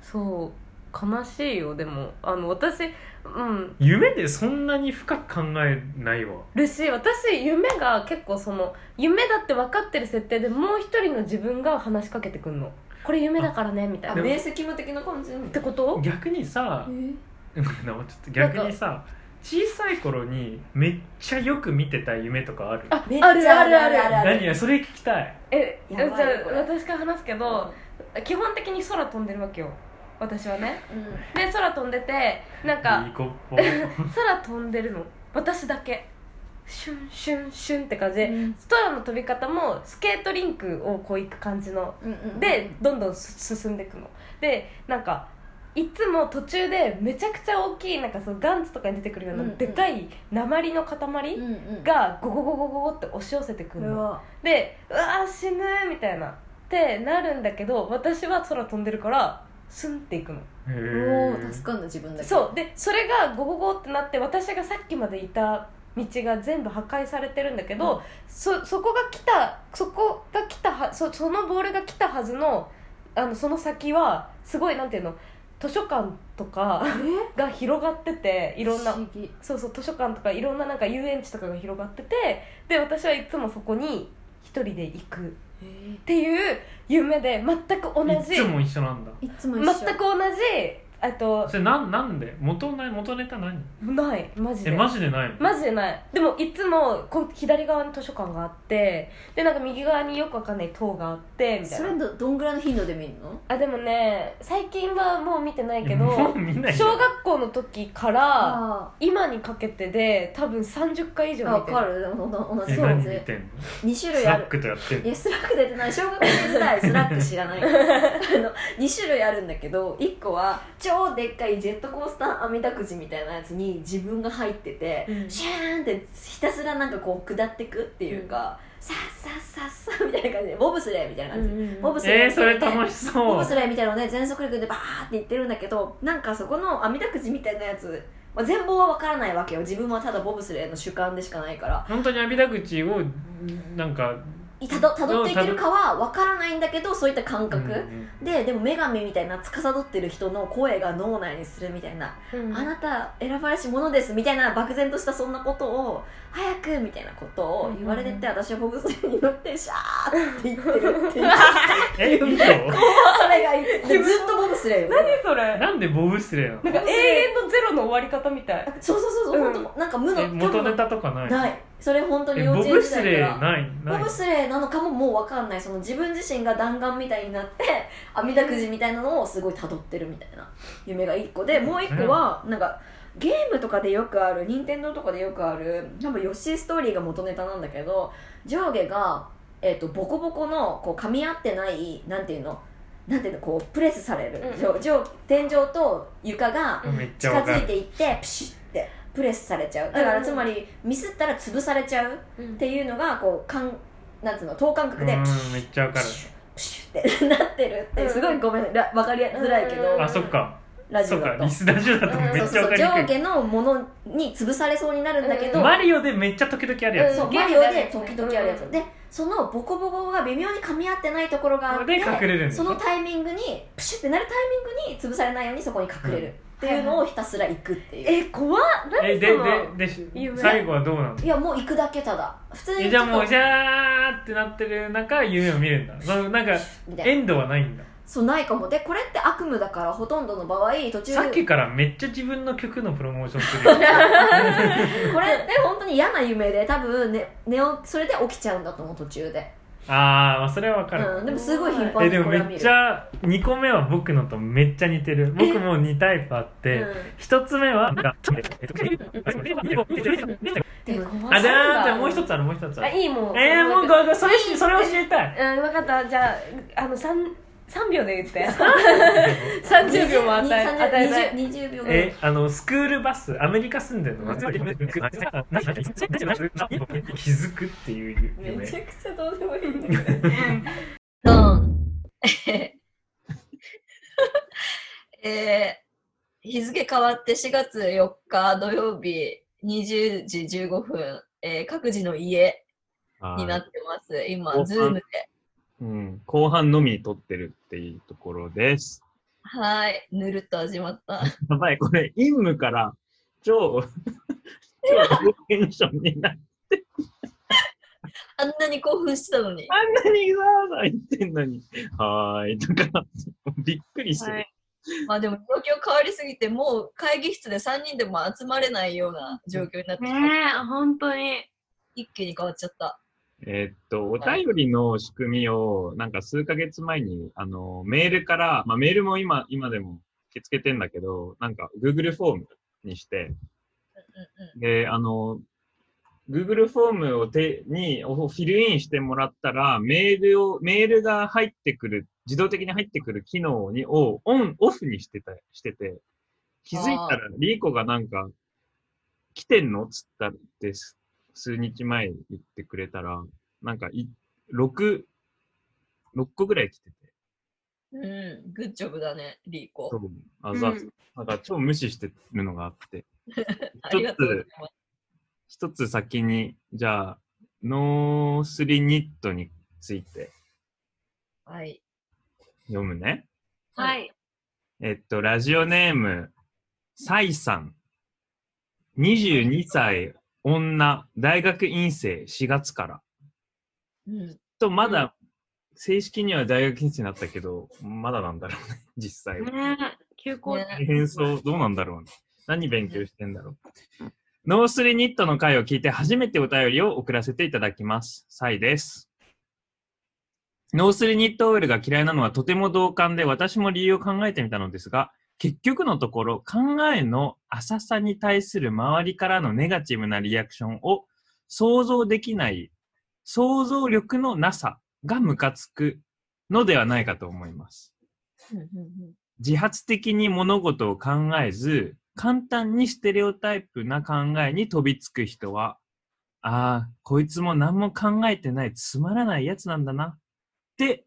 Speaker 3: そう悲しいよでもあの私うん
Speaker 2: 夢でそんなに深く考えないわ
Speaker 3: 嬉しい私夢が結構その夢だって分かってる設定でもう一人の自分が話しかけてくんのこれ夢だからねみたい
Speaker 1: あ
Speaker 3: なっ
Speaker 1: 明晰夢的な感じなん
Speaker 3: て
Speaker 1: だ
Speaker 3: こと
Speaker 2: 逆にさ
Speaker 1: え
Speaker 2: なんかちょっと逆にさ小さい頃にめっちゃよく見てた夢とかある
Speaker 3: あ
Speaker 1: めっちゃ
Speaker 3: あるあるある
Speaker 1: あるある
Speaker 2: 何やそれ聞きたい
Speaker 3: えじゃ
Speaker 1: や
Speaker 3: あ
Speaker 1: ばいこれ
Speaker 3: 私から話すけど基本的に空飛んでるわけよ私はね
Speaker 1: うんうん
Speaker 3: で空飛んでてなんか
Speaker 2: いい子っぽ
Speaker 3: 空飛んでるの私だけシュンシュンシュンって感じで、
Speaker 1: うん
Speaker 3: 空の飛び方もスケートリンクをこう行く感じの
Speaker 1: うんうん
Speaker 3: でどんどんす進んでいくのでなんかいつも途中でめちゃくちゃ大きいなんかそのガンツとかに出てくるような
Speaker 1: うんうん
Speaker 3: でかい鉛の塊
Speaker 1: うんうん
Speaker 3: がゴゴゴゴゴゴって押し寄せてくる
Speaker 1: う
Speaker 3: の
Speaker 1: わ
Speaker 3: でうわー死ぬみたいなってなるんだけど私は空飛んでるからスンっていくの
Speaker 2: いへ
Speaker 1: お
Speaker 2: ー
Speaker 1: ー助かんだ自分だけ
Speaker 3: そうでそれがゴゴゴってなって私がさっきまでいた道が全部破壊されてるんだけど、
Speaker 1: うん
Speaker 3: そそこが来たそこが来たはそそのボールが来たはずのあのその先はすごいなんていうの図書館とかが広がってていろんな
Speaker 1: 不思議
Speaker 3: そうそう図書館とかいろんななんか遊園地とかが広がっててで私はいつもそこに一人で行くっ
Speaker 1: え
Speaker 3: ていう夢で全く同
Speaker 4: い
Speaker 3: じ
Speaker 4: つも一緒なんだ
Speaker 1: いつも一緒
Speaker 3: 全く同じあと
Speaker 4: それなんなんで元な元ネタ何
Speaker 3: ないマジ
Speaker 4: え
Speaker 3: で
Speaker 4: マジでないの
Speaker 3: マジでないでもいつもこう左側に図書館があってでなんか右側によくわかんない塔があってみたい
Speaker 1: そ
Speaker 3: な
Speaker 1: れどどんぐらいの頻度で見るの
Speaker 3: あでもね最近はもう見てないけど
Speaker 4: もう見ないよ
Speaker 3: 小学校の時から
Speaker 1: あ
Speaker 3: 今にかけてで多分30回以
Speaker 1: ー
Speaker 3: 上
Speaker 1: あ
Speaker 3: 見て
Speaker 1: 分かるでも同同
Speaker 4: え
Speaker 1: じ
Speaker 4: 何
Speaker 1: 同
Speaker 4: 見
Speaker 1: じ
Speaker 4: てんの
Speaker 1: 2種
Speaker 4: ス
Speaker 1: 類
Speaker 4: ラ
Speaker 1: あ
Speaker 4: ッ
Speaker 1: る
Speaker 4: クとやってん
Speaker 1: い
Speaker 4: の
Speaker 1: やスラック出てない小学生時代ス ラック知らないあの2種類あるんだけど1個は超でっかいジェットコースターあみだくじみたいなやつに自分が入ってて、
Speaker 3: うん
Speaker 1: シャーンってひたすらなんかこう下ってくっていうか、さっさっさっさみたいな感じでボブスレーみたいな感じ、ボブスレー
Speaker 4: えー、それ楽し
Speaker 1: ボ
Speaker 4: そ
Speaker 1: ブ
Speaker 4: う
Speaker 1: スレーみたいなので全速力でバーっていってるんだけどなんかそこのあみだくじみたいなやつ、まあ、全貌は分からないわけよ自分はただボブスレーの主観でしかないから
Speaker 4: 本当に阿弥陀口をなんか
Speaker 1: たどたどっていけるかは分からないんだけどそういった感覚、
Speaker 4: うん
Speaker 1: ででも女神みたいな司ってる人の声が脳内にするみたいな、
Speaker 3: うん
Speaker 1: あなた選ばれし者ですみたいな漠然としたそんなことを早くみたいなことを言われてて、私はボブスレーに乗ってシャーって言ってる っていう
Speaker 4: えいいよ
Speaker 1: それがいいでずっとボブスレーよ
Speaker 3: 何それ
Speaker 4: なんでボブスレーなの
Speaker 3: なんか永遠のゼロの終わり方みたい
Speaker 1: そうそうそうそう、本当なんか無
Speaker 4: え
Speaker 1: の
Speaker 4: 元ネタとかない
Speaker 1: ないそれ本当に
Speaker 4: え
Speaker 1: 幼
Speaker 4: ボ
Speaker 1: 稚園
Speaker 4: ブ
Speaker 1: 時
Speaker 4: ス
Speaker 1: 代か
Speaker 4: レ
Speaker 1: ら
Speaker 4: ーないな
Speaker 1: ボ
Speaker 4: い
Speaker 1: ブスレーなのかももう分かんないその自分自身が弾丸みたいになってあみだくじみたいなのをすごい辿ってるみたいな夢が1個でもう1個はなんかゲームとかでよくある任天堂とかでよくある多分ヨッシーストーリーが元ネタなんだけど上下が、えー、とボコボコのこう噛み合ってないなんていうのなんていうのこうプレスされる、
Speaker 3: うん
Speaker 1: 上上天井と床が
Speaker 4: めっちゃ
Speaker 1: 近
Speaker 4: わか
Speaker 1: づい
Speaker 4: る
Speaker 1: ていってプシュってプレスされちゃうだからつまりミスったら潰されちゃうっていうのがこうかんなんつうの等間
Speaker 4: う
Speaker 1: 隔でプシ
Speaker 4: ん
Speaker 1: ュ
Speaker 4: めっちゃわかる
Speaker 1: ップシュッってなってるっていうすごいごめん分かりづらいけど
Speaker 4: あそっか
Speaker 1: ラジ
Speaker 4: そ
Speaker 1: オ
Speaker 4: っ
Speaker 1: だ
Speaker 4: か
Speaker 1: と
Speaker 4: リスラジオだとめ
Speaker 1: そう
Speaker 4: っち
Speaker 1: そ
Speaker 4: ゃわ
Speaker 1: うそう
Speaker 4: かり
Speaker 1: 上
Speaker 4: にくい
Speaker 1: 下のものに潰されそうになるんだけ
Speaker 3: 上
Speaker 1: ど
Speaker 3: 下
Speaker 4: マリオでめっちゃ時々あるやつ
Speaker 1: そう
Speaker 3: ゲー
Speaker 1: マ
Speaker 3: ムで
Speaker 1: リオ
Speaker 3: ある
Speaker 1: で
Speaker 3: やつね
Speaker 1: 時々あるやつ
Speaker 3: うん
Speaker 1: でそのボコボコが微妙に噛み合ってないところがあっ
Speaker 4: で
Speaker 1: て
Speaker 4: 隠れるんだ
Speaker 1: そのタイミングにプシュッてなるタイミングに潰されないようにそこに隠れるっていうのをひたすら行くっていう
Speaker 3: え怖っ
Speaker 4: え
Speaker 3: 何
Speaker 4: で
Speaker 3: その
Speaker 4: ででし
Speaker 3: 夢
Speaker 4: 最後はどうなの
Speaker 1: いやもう行くだけただ普通
Speaker 4: え
Speaker 1: に
Speaker 4: じ
Speaker 1: ち
Speaker 4: ゃあ
Speaker 1: ょっ
Speaker 4: も
Speaker 1: と
Speaker 4: うじゃーってなってる中夢を見るんだそのなんか
Speaker 1: みたいな
Speaker 4: エンドはないんだ
Speaker 1: そうないかもでこれって悪夢だからほとんどの場合途中
Speaker 4: さっきからめっちゃ自分の曲のプロモーションするよ
Speaker 1: これって本当に嫌な夢で多分、ね、寝おそれで起きちゃうんだと思う途中で、
Speaker 4: あーまあそれはわかる、
Speaker 1: うん、でもすごい頻繁
Speaker 4: え
Speaker 1: に
Speaker 4: でも
Speaker 1: こ
Speaker 4: め
Speaker 1: れは見
Speaker 4: っ
Speaker 1: る
Speaker 4: ちゃ2個目は僕のとめっちゃ似てる僕も2タイプあっ
Speaker 1: う
Speaker 4: て
Speaker 1: ん
Speaker 4: 1つ目はなんか
Speaker 1: でも
Speaker 3: 怖
Speaker 4: あじゃあじ
Speaker 3: そうだ
Speaker 4: ゃあもう一つあるもう一つあ
Speaker 3: あ
Speaker 4: る
Speaker 3: いいもう
Speaker 4: えー、もう
Speaker 3: 覚
Speaker 4: ごごそれしそれを知りたい
Speaker 3: えてるうん分かったじゃああの3三秒で言って30秒も与え
Speaker 1: 20
Speaker 3: 与えたい
Speaker 1: 20 20秒ぐらい
Speaker 4: えあのスクールバスアメリカ住んでるの気づくっていう夢
Speaker 1: めちゃくちゃどうでもいいんだけどドン えー日付変わって4月4日土曜日20時15分、えー各自の家になってます今
Speaker 2: 後半
Speaker 1: ズームで
Speaker 2: うん、後半のみ撮ってるっていうところです。
Speaker 1: はーいぬるっと始まった
Speaker 2: やばい、これ、陰夢から超、超ロケンションになる。
Speaker 1: あんなに興奮してたのに。
Speaker 2: あんなにわーわー言ってんのに、はーい、とか、びっくりする。
Speaker 1: まあでも状況変わりすぎて、もう会議室で3人でも集まれないような状況になってきた、
Speaker 3: 本当に
Speaker 1: 一気に変わっちゃった。
Speaker 2: えーっと、お便りの仕組みを、なんか数ヶ月前に、あの、メールから、まあメールも今、今でも受け付けてんだけど、なんか Google フォームにして、で、あの、Google フォームを手にをフィルインしてもらったら、メールを、メールが入ってくる、自動的に入ってくる機能にをオン、オフにしてた、してて、気づいたら、リーコがなんか、来てんのつったって、す数日前言ってくれたら、なんかい、6、6個ぐらい来てて、
Speaker 1: うんうん、グッジョブだね、リーコ
Speaker 2: そ。うあざ、
Speaker 3: うん
Speaker 2: なんか超無視してるのがあって、
Speaker 1: ありがとうございます。
Speaker 2: 一つ先に、じゃあ、ノースリニットについて
Speaker 1: はい。
Speaker 2: 読むね。
Speaker 1: はい
Speaker 2: えっと、ラジオネーム、サイさん。22歳、女、大学院生、4月から。
Speaker 1: うん、
Speaker 2: とまだ、正式には大学院生になったけど、まだなんだろうね、実際は。
Speaker 3: ね休校
Speaker 1: ね
Speaker 2: 大変そう。どうなんだろうね。何勉強してんだろう。ノースリーニットの回を聞いて初めてお便りを送らせていただきます。サイです。ノースリーニットオイルが嫌いなのはとても同感で私も理由を考えてみたのですが、結局のところ考えの浅さに対する周りからのネガティブなリアクションを想像できない想像力のなさがムカつくのではないかと思います。
Speaker 1: うんうん
Speaker 2: 自発的に物事を考えず、簡単にステレオタイプな考えに飛びつく人は、ああ、こいつも何も考えてないつまらないやつなんだなって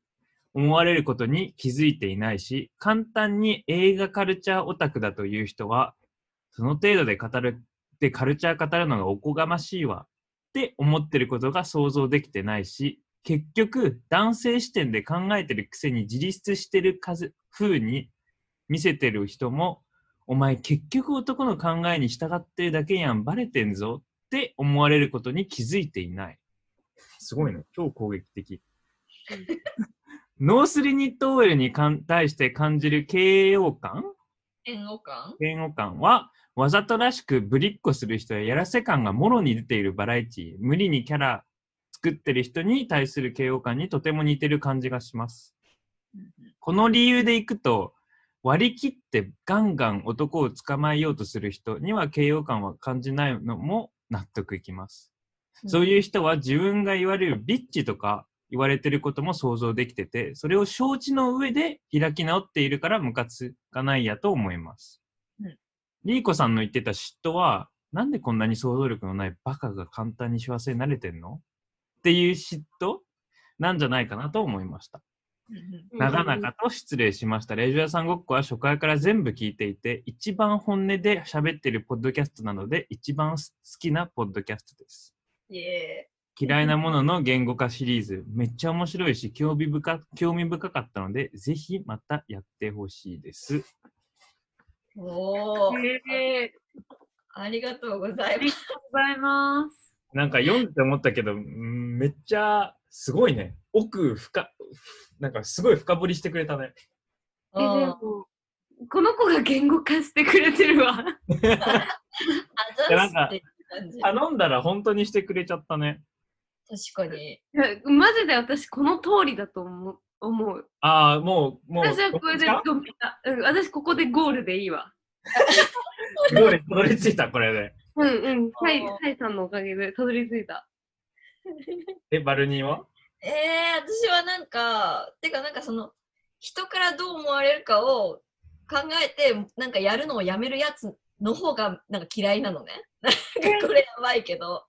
Speaker 2: 思われることに気づいていないし、簡単に映画カルチャーオタクだという人は、その程度で語る、でカルチャー語るのがおこがましいわって思ってることが想像できてないし、結局男性視点で考えてるくせに自立してる風風に見せてる人もお前結局男の考えに従ってるだけやんバレてんぞって思われることに気づいていないすごいね超攻撃的ノースリニットオイルにかん対して感じる嫌悪感
Speaker 5: 嫌悪感
Speaker 2: 嫌悪感はわざとらしくぶりっこする人ややらせ感がもろに出ているバラエティ無理にキャラ作ってる人に対する嫌悪感にとても似てる感じがしますこの理由でいくと割り切ってガンガン男を捕まえようとする人には嫌悪感は感じないのも納得いきます、そういう人は自分が言われるビッチとか言われてることも想像できててそれを承知の上で開き直っているからムカつかないやと思います、
Speaker 1: うん
Speaker 2: リーコさんの言ってた嫉妬はなんでこんなに想像力のないバカが簡単に幸せになれてんのっていう嫉妬なんじゃないかなと思いました長々と失礼しました。レジュラさんごっこは初回から全部聞いていて、一番本音で喋ってるポッドキャストなので、一番好きなポッドキャストです。
Speaker 5: イエ
Speaker 2: 嫌いなものの言語化シリーズ、めっちゃ面白いし、興味深興味深かったので、ぜひまたやってほしいです。
Speaker 5: ーイ。おー、
Speaker 3: えー、
Speaker 5: ありがとうござい
Speaker 3: ありが
Speaker 5: ます。
Speaker 3: とうございます。
Speaker 2: なんか読んで思ったけど、うんめっちゃすごいね。奥深、なんかすごい深掘りしてくれたね。
Speaker 3: えで
Speaker 5: うん
Speaker 3: もこの子が言語化してくれてるわ。
Speaker 5: あざっすって感じ。
Speaker 2: 頼んだら本当にしてくれちゃったね。
Speaker 5: 確かに。
Speaker 3: いやマジで私この通りだと思う。思う
Speaker 2: ああ、もう、もう。
Speaker 3: 私はこれでドンピシャ、うん、私ここでゴールでいいわ。
Speaker 2: どれ、どれついた、これで。
Speaker 3: うんうん、サイ
Speaker 5: おー
Speaker 3: サイさんのおかげでたどり着いた。
Speaker 2: え、バルニーは
Speaker 5: えー、私はなんか、てかなんかその、人からどう思われるかを考えて、なんかやるのをやめるやつの方がなんか嫌いなのね。なんかこれやばいけど。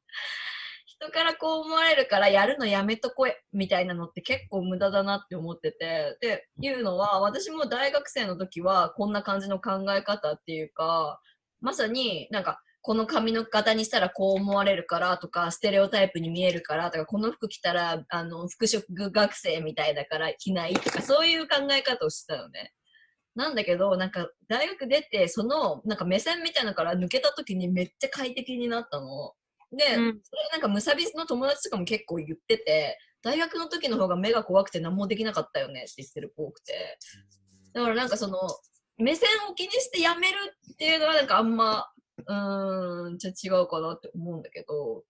Speaker 5: 人からこう思われるからやるのやめとこいみたいなのって結構無駄だなって思っててっていうのは私も大学生の時はこんな感じの考え方っていうかまさになんかこの髪の型にしたらこう思われるからとかステレオタイプに見えるからとかこの服着たらあの服飾学生みたいだから着ないとかそういう考え方をしてたのね。なんだけどなんか大学出てそのなんか目線みたいなのから抜けた時にめっちゃ快適になったの。で、
Speaker 3: うん
Speaker 5: それなんかむさびの友達とかも結構言ってて大学の時の方が目が怖くて何もできなかったよねって言ってる子多くてだからなんかその目線を気にしてやめるっていうのはなんかあんまうーんじゃあ違うかなって思うんだけど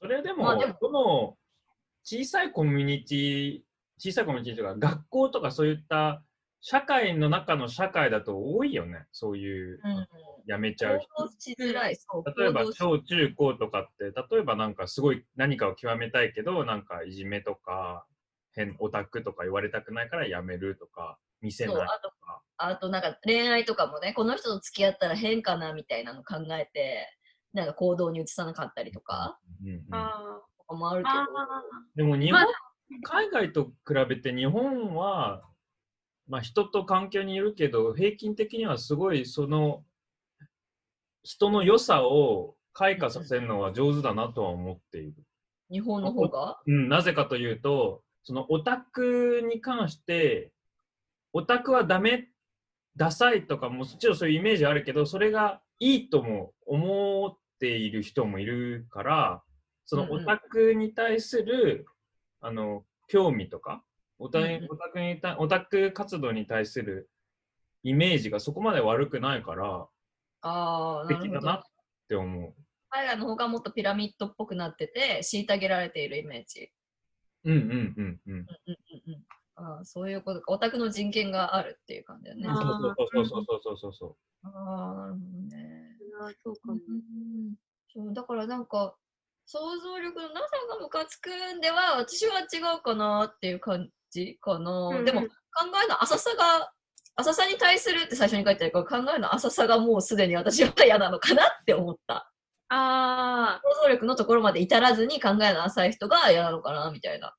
Speaker 2: それで
Speaker 5: ま
Speaker 2: も、
Speaker 5: あ
Speaker 2: ど
Speaker 5: でも
Speaker 2: の小さいコミュニティ、小さいコミュニティというか、学校とかそういった社会の中の社会だと多いよね、そういう、
Speaker 5: うん
Speaker 2: やめちゃ
Speaker 5: 行
Speaker 2: う人。
Speaker 5: 動しづらい、そう
Speaker 2: 例えば
Speaker 5: 行動し
Speaker 2: 小中高とかって、例えばなんかすごい何かを極めたいけど、なんかいじめとか、変オタクとか言われたくないからやめるとか、見せない
Speaker 5: そう
Speaker 2: と
Speaker 5: あと
Speaker 2: か。
Speaker 5: あとなんか恋愛とかもねこの人と付き合ったら変かなみたいなの考えてなんか行動に移さなかったりとか
Speaker 2: うんうん
Speaker 3: あ
Speaker 5: もあるけど
Speaker 3: あ
Speaker 2: でも日
Speaker 3: ま
Speaker 2: 本、
Speaker 3: あ
Speaker 2: 海外と比べて日本は、まあ、人と環境によるけど平均的にはすごいその人の良さを開花させるのは上手だなとは思っている。
Speaker 5: 日本の方が
Speaker 2: うん、なぜかというとそのオタクに関してオタクはダメダサいとかもちろんそういうイメージあるけどそれがいいとも思っている人もいるからその
Speaker 5: うんう
Speaker 2: オ
Speaker 5: ん
Speaker 2: タクに対するあの、興味とか、オタ
Speaker 5: うんうん
Speaker 2: オタクにたオタク活動に対するイメージがそこまで悪くないから、
Speaker 5: ああ、
Speaker 2: 素
Speaker 5: なる
Speaker 2: 敵
Speaker 5: ほ
Speaker 2: だ
Speaker 5: ど。
Speaker 2: なって思う。
Speaker 5: 彼らの方がもっとピラミッドっぽくなってて、虐げられているイメージ。
Speaker 2: うんうんうんうん。
Speaker 5: うんうんああそういうことか。オタクの人権があるっていう感じだね。
Speaker 2: そ
Speaker 1: あー
Speaker 5: あ
Speaker 2: うそうそうそうそうそうそう。
Speaker 5: あ、なるほどね。
Speaker 1: そうか
Speaker 5: う
Speaker 1: も
Speaker 5: んそうだからなんか想像力のなさがムカつくんでは私は違うかなっていう感じかな、
Speaker 3: うんうん
Speaker 5: でも考えの浅さが浅さに対するって最初に書いてあるから考えの浅さがもうすでに私は嫌なのかなって思った
Speaker 3: あー
Speaker 5: 想像力のところまで至らずに考えの浅い人が嫌なのかなみたいな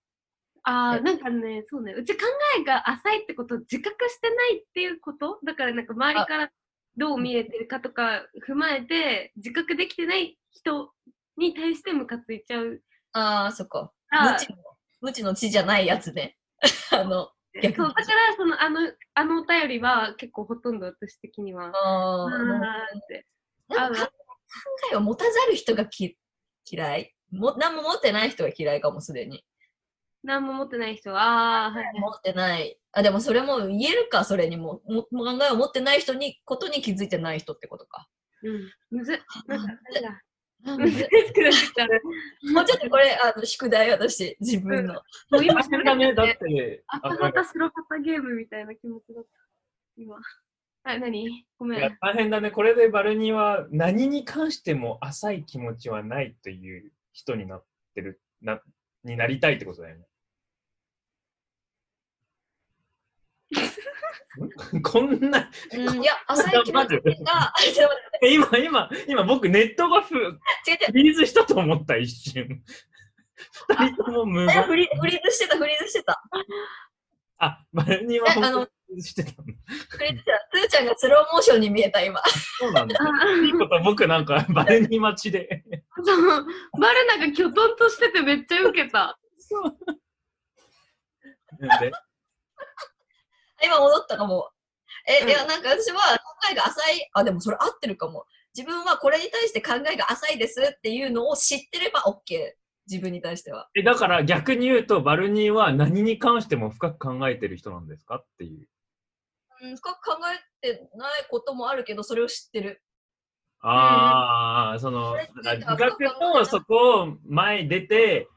Speaker 3: あ
Speaker 5: え
Speaker 3: ーなんかねそうねうち考えが浅いってことを自覚してないっていうことだからなんか周りからどう見えてるかとか踏まえて自覚できてない人に対してムカついちゃう
Speaker 5: あーそっか
Speaker 3: から
Speaker 5: 無知の無知の知じゃないやつね あの逆
Speaker 3: そう
Speaker 5: に
Speaker 3: だからそのあのあのお便りは結構ほとんど私的には
Speaker 5: あ
Speaker 3: あ
Speaker 5: ー
Speaker 3: ーって
Speaker 5: なんか考えを持たざる人がき嫌いも何も持ってない人が嫌いかもすでに
Speaker 3: 何も持ってない人はあーはい
Speaker 5: 持ってないあでもそれも言えるかそれにももも考えを持ってない人にことに気づいてない人ってことか
Speaker 3: うんむずっなんかなんだ難
Speaker 5: も
Speaker 3: しくなってきた。
Speaker 5: うちょっとこれあの宿題私自分の、
Speaker 3: もう今
Speaker 2: あ、それだね、だって、
Speaker 3: ア
Speaker 2: あ
Speaker 3: パ
Speaker 2: な
Speaker 3: ハ
Speaker 2: んか
Speaker 3: タスロパタゲームみたいな気持ちだった。今。あ、何ごめ
Speaker 2: いや
Speaker 3: ん。
Speaker 2: 大変だね。これでバルニーは何に関しても浅い気持ちはないという人になってる、な、になりたいってことだよね。んこんな、
Speaker 5: うん、いや浅い気持ちがあちょっと待って
Speaker 2: 今、今、今僕ネットがふ
Speaker 5: 違う違う
Speaker 2: フリーズしたと思った一瞬。二人とも無
Speaker 5: あ
Speaker 2: 言。
Speaker 5: フリフリーズしてたフリーズしてた
Speaker 2: あ、バルニーは
Speaker 5: えあの
Speaker 2: 本当にしてたの。
Speaker 5: フリーズしてたつーちゃんがスローモーションに見えた今
Speaker 2: そうなんだ
Speaker 3: あ。、
Speaker 2: いいこと僕な んかバルニー待ちで。
Speaker 3: そう。バルナがきょとんとしててめっちゃウケた。
Speaker 2: で
Speaker 5: 今戻ったかも。え、
Speaker 3: うん
Speaker 5: いや、なんか私は考えが浅い、あ、でもそれ合ってるかも。自分はこれに対して考えが浅いですっていうのを知ってれば OK。自分に対しては。
Speaker 2: えだから逆に言うと、バルニーは何に関しても深く考えてる人なんですかっていう。
Speaker 5: うん、深く考えてないこともあるけど、それを知ってる。
Speaker 2: ああ、その、
Speaker 5: それ
Speaker 2: だ
Speaker 5: って
Speaker 2: から自覚とそこを前に出て、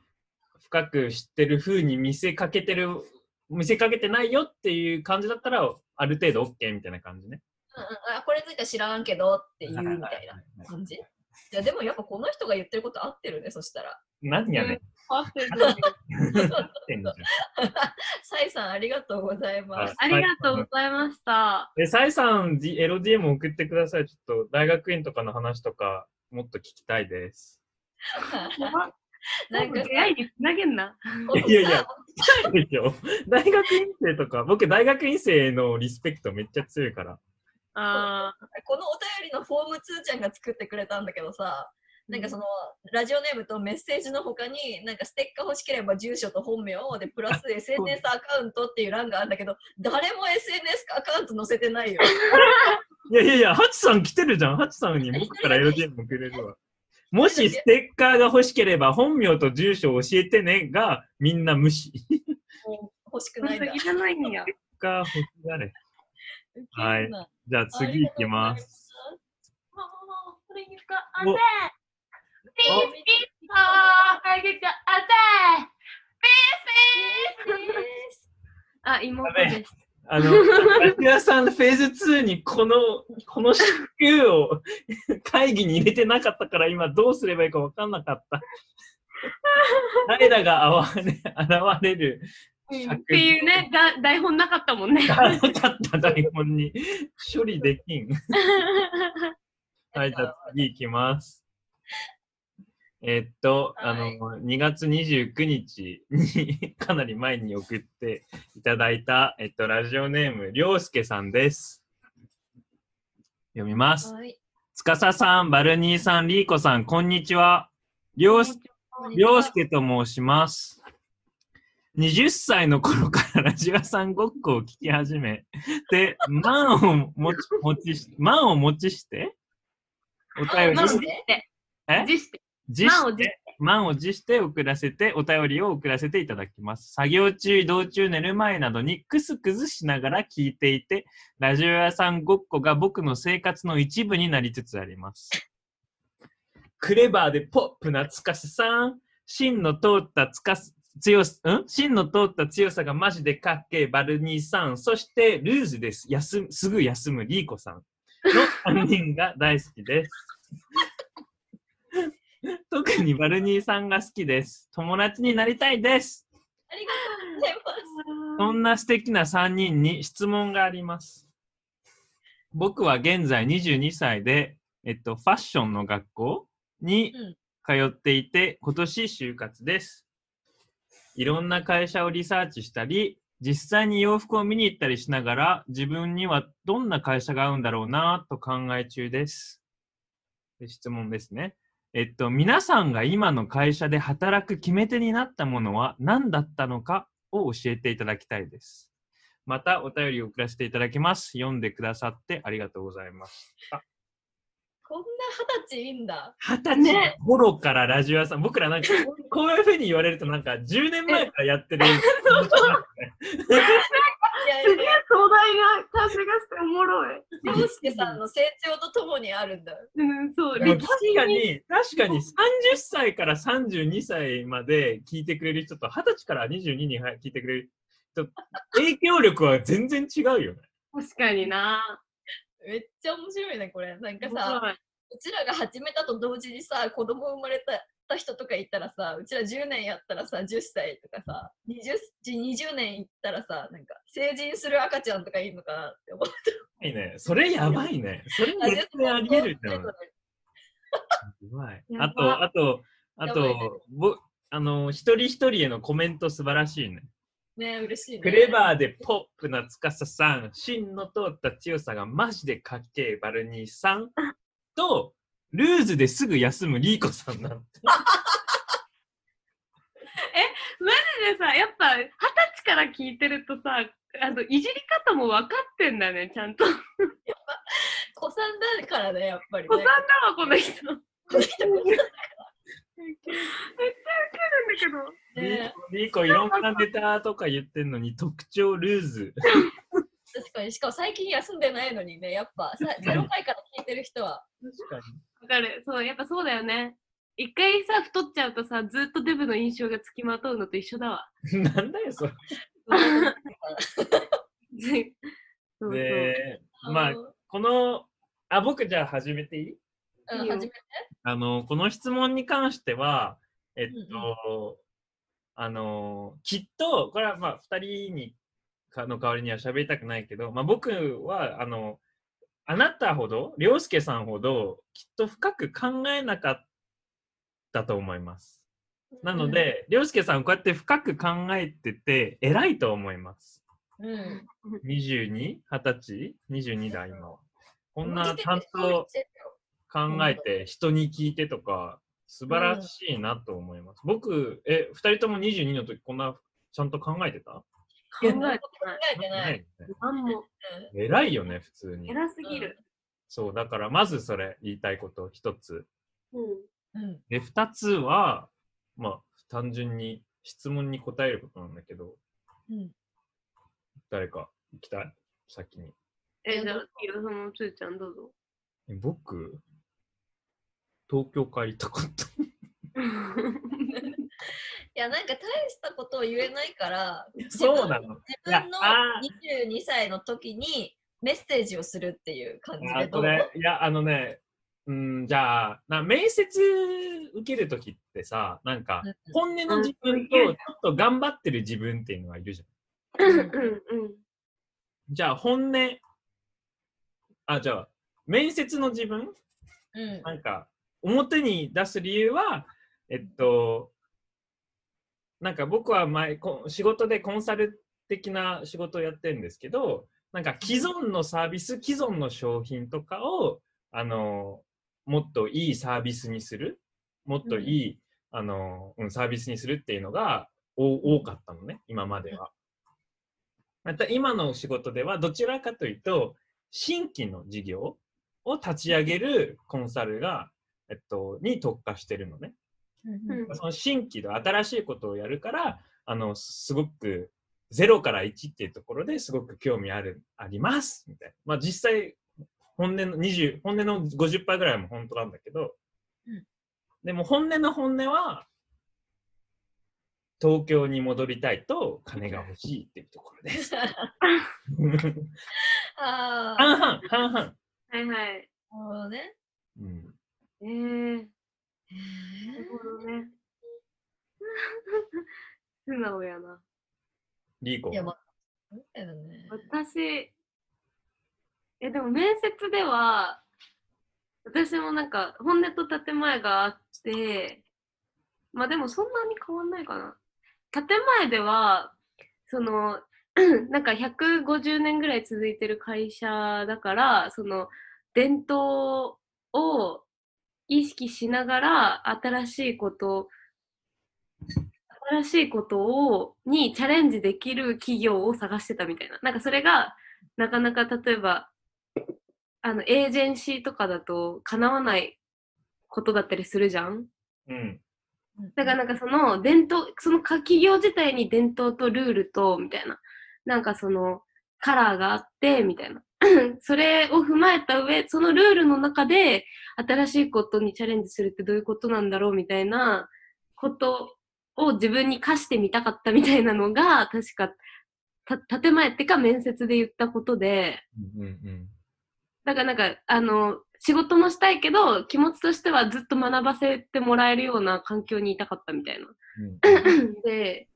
Speaker 2: 深く知ってる風に見せかけてる、見せかけてないよっていう感じだったら、ある程度 OK みたいな感じね。
Speaker 5: うんうん、あ、これについては知らんけどっていうみた
Speaker 2: はいいはいは
Speaker 5: ない
Speaker 2: はい
Speaker 5: 感じ。いや、でもやっぱこの人が言ってること合ってるね、そしたら。
Speaker 2: 何やねん。
Speaker 3: 合ってると思う
Speaker 2: って んじゃん
Speaker 5: サイさん、ありがとうございます。
Speaker 3: ありがとうございました。
Speaker 2: え、サイさん、D- エロ DM 送ってください。ちょっと大学院とかの話とか、もっと聞きたいです。
Speaker 3: やば
Speaker 5: なんかさ、
Speaker 3: 出会いにつなげんな。
Speaker 5: このさ
Speaker 2: いやいやそうでしょ大学院生とか、僕、大学院生のリスペクトめっちゃ強いから。
Speaker 3: あ
Speaker 5: このお便りのフォームつーちゃんが作ってくれたんだけどさ、
Speaker 3: うん
Speaker 5: なんかその、ラジオネームとメッセージの他に、なんかステッカー欲しければ住所と本名を、で、プラス SNS アカウントっていう欄があるんだけど、誰も SNS アカウント載せてないよ。
Speaker 2: いやいやいや、ハチさん来てるじゃん。ハチさんに僕から LDM もくれるわ。もしステッカーが欲しければ、本名と住所を教えてねが、みんな無視。ステッ
Speaker 5: もう欲しく
Speaker 3: あ、
Speaker 5: な
Speaker 3: 本
Speaker 5: いん
Speaker 3: 当
Speaker 5: だ
Speaker 3: い。らないんや。
Speaker 2: カー欲しがれ。
Speaker 5: ウケるな
Speaker 2: じゃあ次行きます。。
Speaker 3: ああ、これいいか。あ
Speaker 2: お
Speaker 3: ぜピ
Speaker 5: あ
Speaker 3: ースピース
Speaker 1: Ah,
Speaker 3: あー、あげちゃ
Speaker 1: uh,
Speaker 3: あぜピースピースあ、
Speaker 1: Uh,
Speaker 3: 妹です。
Speaker 2: あの、ラジアさんフェーズ2にこの、この軸を会議に入れてなかったから今どうすればいいか分かんなかった。誰らが現れ現れる
Speaker 3: っていうね、だ台本なかったもんね。
Speaker 2: がなかった台本に処理で きん。はい、じゃあ次行きます。えっと、あ
Speaker 5: は
Speaker 2: の2
Speaker 5: い、
Speaker 2: 月29日にかなり前に送っていただいた、えっと、ラジオネーム、りょうすけさんです。読みます。
Speaker 5: はい。
Speaker 2: つかささん、バルニーさん、りーこさん、こんにちは。りょうすりょうすけと申します。20歳の頃から ラジオさんごっこを聞き始めて、満を持ち、持ちし、満を持ちして、お
Speaker 5: あ
Speaker 2: 便
Speaker 5: マ
Speaker 2: り
Speaker 5: ジ
Speaker 2: し
Speaker 5: で
Speaker 2: え
Speaker 3: 実して、
Speaker 2: 実
Speaker 3: 満を
Speaker 2: し、
Speaker 3: 持して
Speaker 2: 満を持して送らせて、お便りを送らせていただきます。作業中、移動中、寝る前などにクスクスしながら聞いていて、ラジオ屋さんごっこが僕の生活の一部になりつつあります。クレバーでポップなつかしさん、芯の通ったつかす強す、ん芯の通った強さがマジでかっけえバルニーさん、そしてルーズです。休むすぐ休むリーコさんの3人が大好きです。特にバルニーさんが好きです。友達になりたいです。
Speaker 5: ありがとうございます。
Speaker 2: そんな素敵な3人に質問があります。僕は現在22歳で、えっと、ファッションの学校に
Speaker 5: うん
Speaker 2: 通っていて、今年就活です。いろんな会社をリサーチしたり、実際に洋服を見に行ったりしながら、自分にはどんな会社が合うんだろうなと考え中です。で質問ですね。えっと、皆さんが今の会社で働く決め手になったものは何だったのかを教えていただきたいです。またお便りを送らせていただきます。読んでくださってありがとうございます。
Speaker 5: こんな二十歳いいんだ。
Speaker 2: 二十歳頃からラジオ屋さん、僕らなんかこうこういうふうに言われるとなんか10年前からや ってる。
Speaker 5: いやいや、
Speaker 3: 壮大な感じがしておもろい。
Speaker 5: 洋介さんの成長とともにあるんだ。
Speaker 3: うん、そう、
Speaker 2: でも
Speaker 3: 歴
Speaker 2: 確
Speaker 3: 史
Speaker 2: か
Speaker 3: に。
Speaker 2: に、確かに30歳から32歳まで聞いてくれる人と、20歳から22に聞いてくれる人、影響力は全然違うよね。
Speaker 3: 確かにな。
Speaker 5: めっちゃ面白いね、これ。なんか
Speaker 3: 面
Speaker 5: さ、
Speaker 3: 白いう
Speaker 5: ちらが始めたと同時にさ、子供生まれた。人とかいたらさ、うちら10年やったらさ、10歳とかさ、20, 20年いったらさ、なんか成人する赤ちゃんとかいるのかなって思う。
Speaker 2: いいね。それやばいね。それ 絶対あり得るんだよね。やばい
Speaker 3: やば
Speaker 2: あと、あと、あ
Speaker 5: やばいね
Speaker 2: と、ぼあの、一人一人へのコメント素晴らしいね。
Speaker 5: ね嬉しいね。
Speaker 2: クレバーでポップな司さん、芯の通った強さがマジでかっけえバルニーさんと、ルーズですぐ休むリーコさんなんて。
Speaker 3: でさ、やっぱ二十歳から聞いてるとさ、あのいじり方も分かってんだね、ちゃんと。
Speaker 5: 子さんだからね、やっぱり、ね。
Speaker 3: 子さんだわ、この 人。なんだけど。
Speaker 2: リー
Speaker 5: ね
Speaker 2: コ、リーコいろんなネタとか言ってんのに特徴ルーズ。
Speaker 5: 確かに、しかも最近休んでないのにね、やっぱ、さ0回から聞いてる人 は、
Speaker 2: 確かに。
Speaker 3: わかる。そう、やっぱそうだよね。一回さ、太っちゃうとさ、ずっとデブの印象がつきまとうのと一緒だ わ。
Speaker 2: なんだよ、それ。
Speaker 3: そうそう。
Speaker 2: で、まあ
Speaker 5: の、
Speaker 2: この、あ、僕じゃあ始めていい
Speaker 5: うん、初めて
Speaker 2: あの、この質問に関しては、えっと、あの、きっと、これはまあ、二人にかの代わりには喋りたくないけど、まあ、僕は、あの、あなたほど、涼介さんほど、きっと深く考えなかったと思います。なので、涼介さん、こうやって深く考えてて、偉いと思います。
Speaker 5: うん。
Speaker 2: 22?20 歳 ?22 だ、今は。こん
Speaker 5: こ
Speaker 2: な
Speaker 5: の時
Speaker 2: ちゃ
Speaker 5: 点
Speaker 2: ん
Speaker 5: で
Speaker 2: と考え
Speaker 5: う
Speaker 2: て人に聞いてとか素晴らしいなと思います。僕、え、2人とも22の時こんなちゃんと考えてた
Speaker 3: 考えてない
Speaker 5: 考。えてない。
Speaker 2: ね
Speaker 3: なんも
Speaker 2: 偉いよね、普通に。
Speaker 3: 偉すぎる。
Speaker 2: そう、だからまずそれ言いたいこと1つ。
Speaker 3: うん。
Speaker 5: うん。
Speaker 2: で、2つは、まあ、単純に質問に答えることなんだけど、
Speaker 5: うん。
Speaker 2: 誰か行きたい先に。
Speaker 3: え、じゃあ、いろそのつーちゃんどうぞ。
Speaker 2: え僕、東京帰りたかった。
Speaker 5: いや、なんか大したことを言えないから、
Speaker 2: そうなの。
Speaker 5: 自
Speaker 2: い
Speaker 5: 分の
Speaker 2: やあ
Speaker 5: 22歳の時にメッセージをするっていう感じ
Speaker 2: あ
Speaker 5: でど
Speaker 2: こ
Speaker 5: う
Speaker 2: れいやあのねうんじゃあな面接受けるときってさなんか
Speaker 5: うん
Speaker 2: 本音の自分とちょっと頑張ってる自分っていうのがいるじゃん
Speaker 3: うん うん。
Speaker 2: じゃあ本音あじゃあ面接の自分
Speaker 5: うん。
Speaker 2: なんか表に出す理由はえっとなんか僕は前こ仕事でコンサル的な仕事をやってるんですけどなんか既存のサービス既存の商品とかをあのもっといいサービスにするもっといい、あのうんサービスにするっていうのがお多かったのね今までは。また今の仕事ではどちらかというと新規の事業を立ち上げるコンサルが、えっと、に特化してるのね。
Speaker 6: うん
Speaker 2: その新規で新しいことをやるから、あの、すごく、0から1っていうところですごく興味ある、あります、みたいな。まあ実際、本音の20、本音の50%ぐらいも本当なんだけど、
Speaker 5: うん
Speaker 2: でも本音の本音は、東京に戻りたいと金が欲しいっていうところです。
Speaker 5: ああ、
Speaker 2: 半々、半々。
Speaker 6: はいはい。
Speaker 5: なるほどね。
Speaker 2: うん
Speaker 6: えー、
Speaker 5: へ
Speaker 6: なるほ どね。素直やな。
Speaker 2: リーコ
Speaker 5: ーい。や、まあ、そうだよね。
Speaker 6: 私、え、でも面接では、私もなんか、本音と建前があって、まあでもそんなに変わんないかな。建前では、その、 なんか150年ぐらい続いてる会社だから、その、伝統を意識しながら、新しいこと、新しいことを、にチャレンジできる企業を探してたみたいな。なんかそれが、なかなか例えば、あの、エージェンシーとかだと、叶わないことだったりするじゃん
Speaker 2: うん。
Speaker 6: だからなんかその伝統、その企業自体に伝統とルールと、みたいな。なんかそのカラーがあって、みたいな。 それを踏まえた上、そのルールの中で新しいことにチャレンジするってどういうことなんだろうみたいなことを自分に課してみたかったみたいなのが、確か、た、建前ってか面接で言ったことで、
Speaker 2: うんうん
Speaker 6: だからなんか、あの、仕事もしたいけど、気持ちとしてはずっと学ばせてもらえるような環境にいたかったみたいな。
Speaker 2: うん。
Speaker 6: で、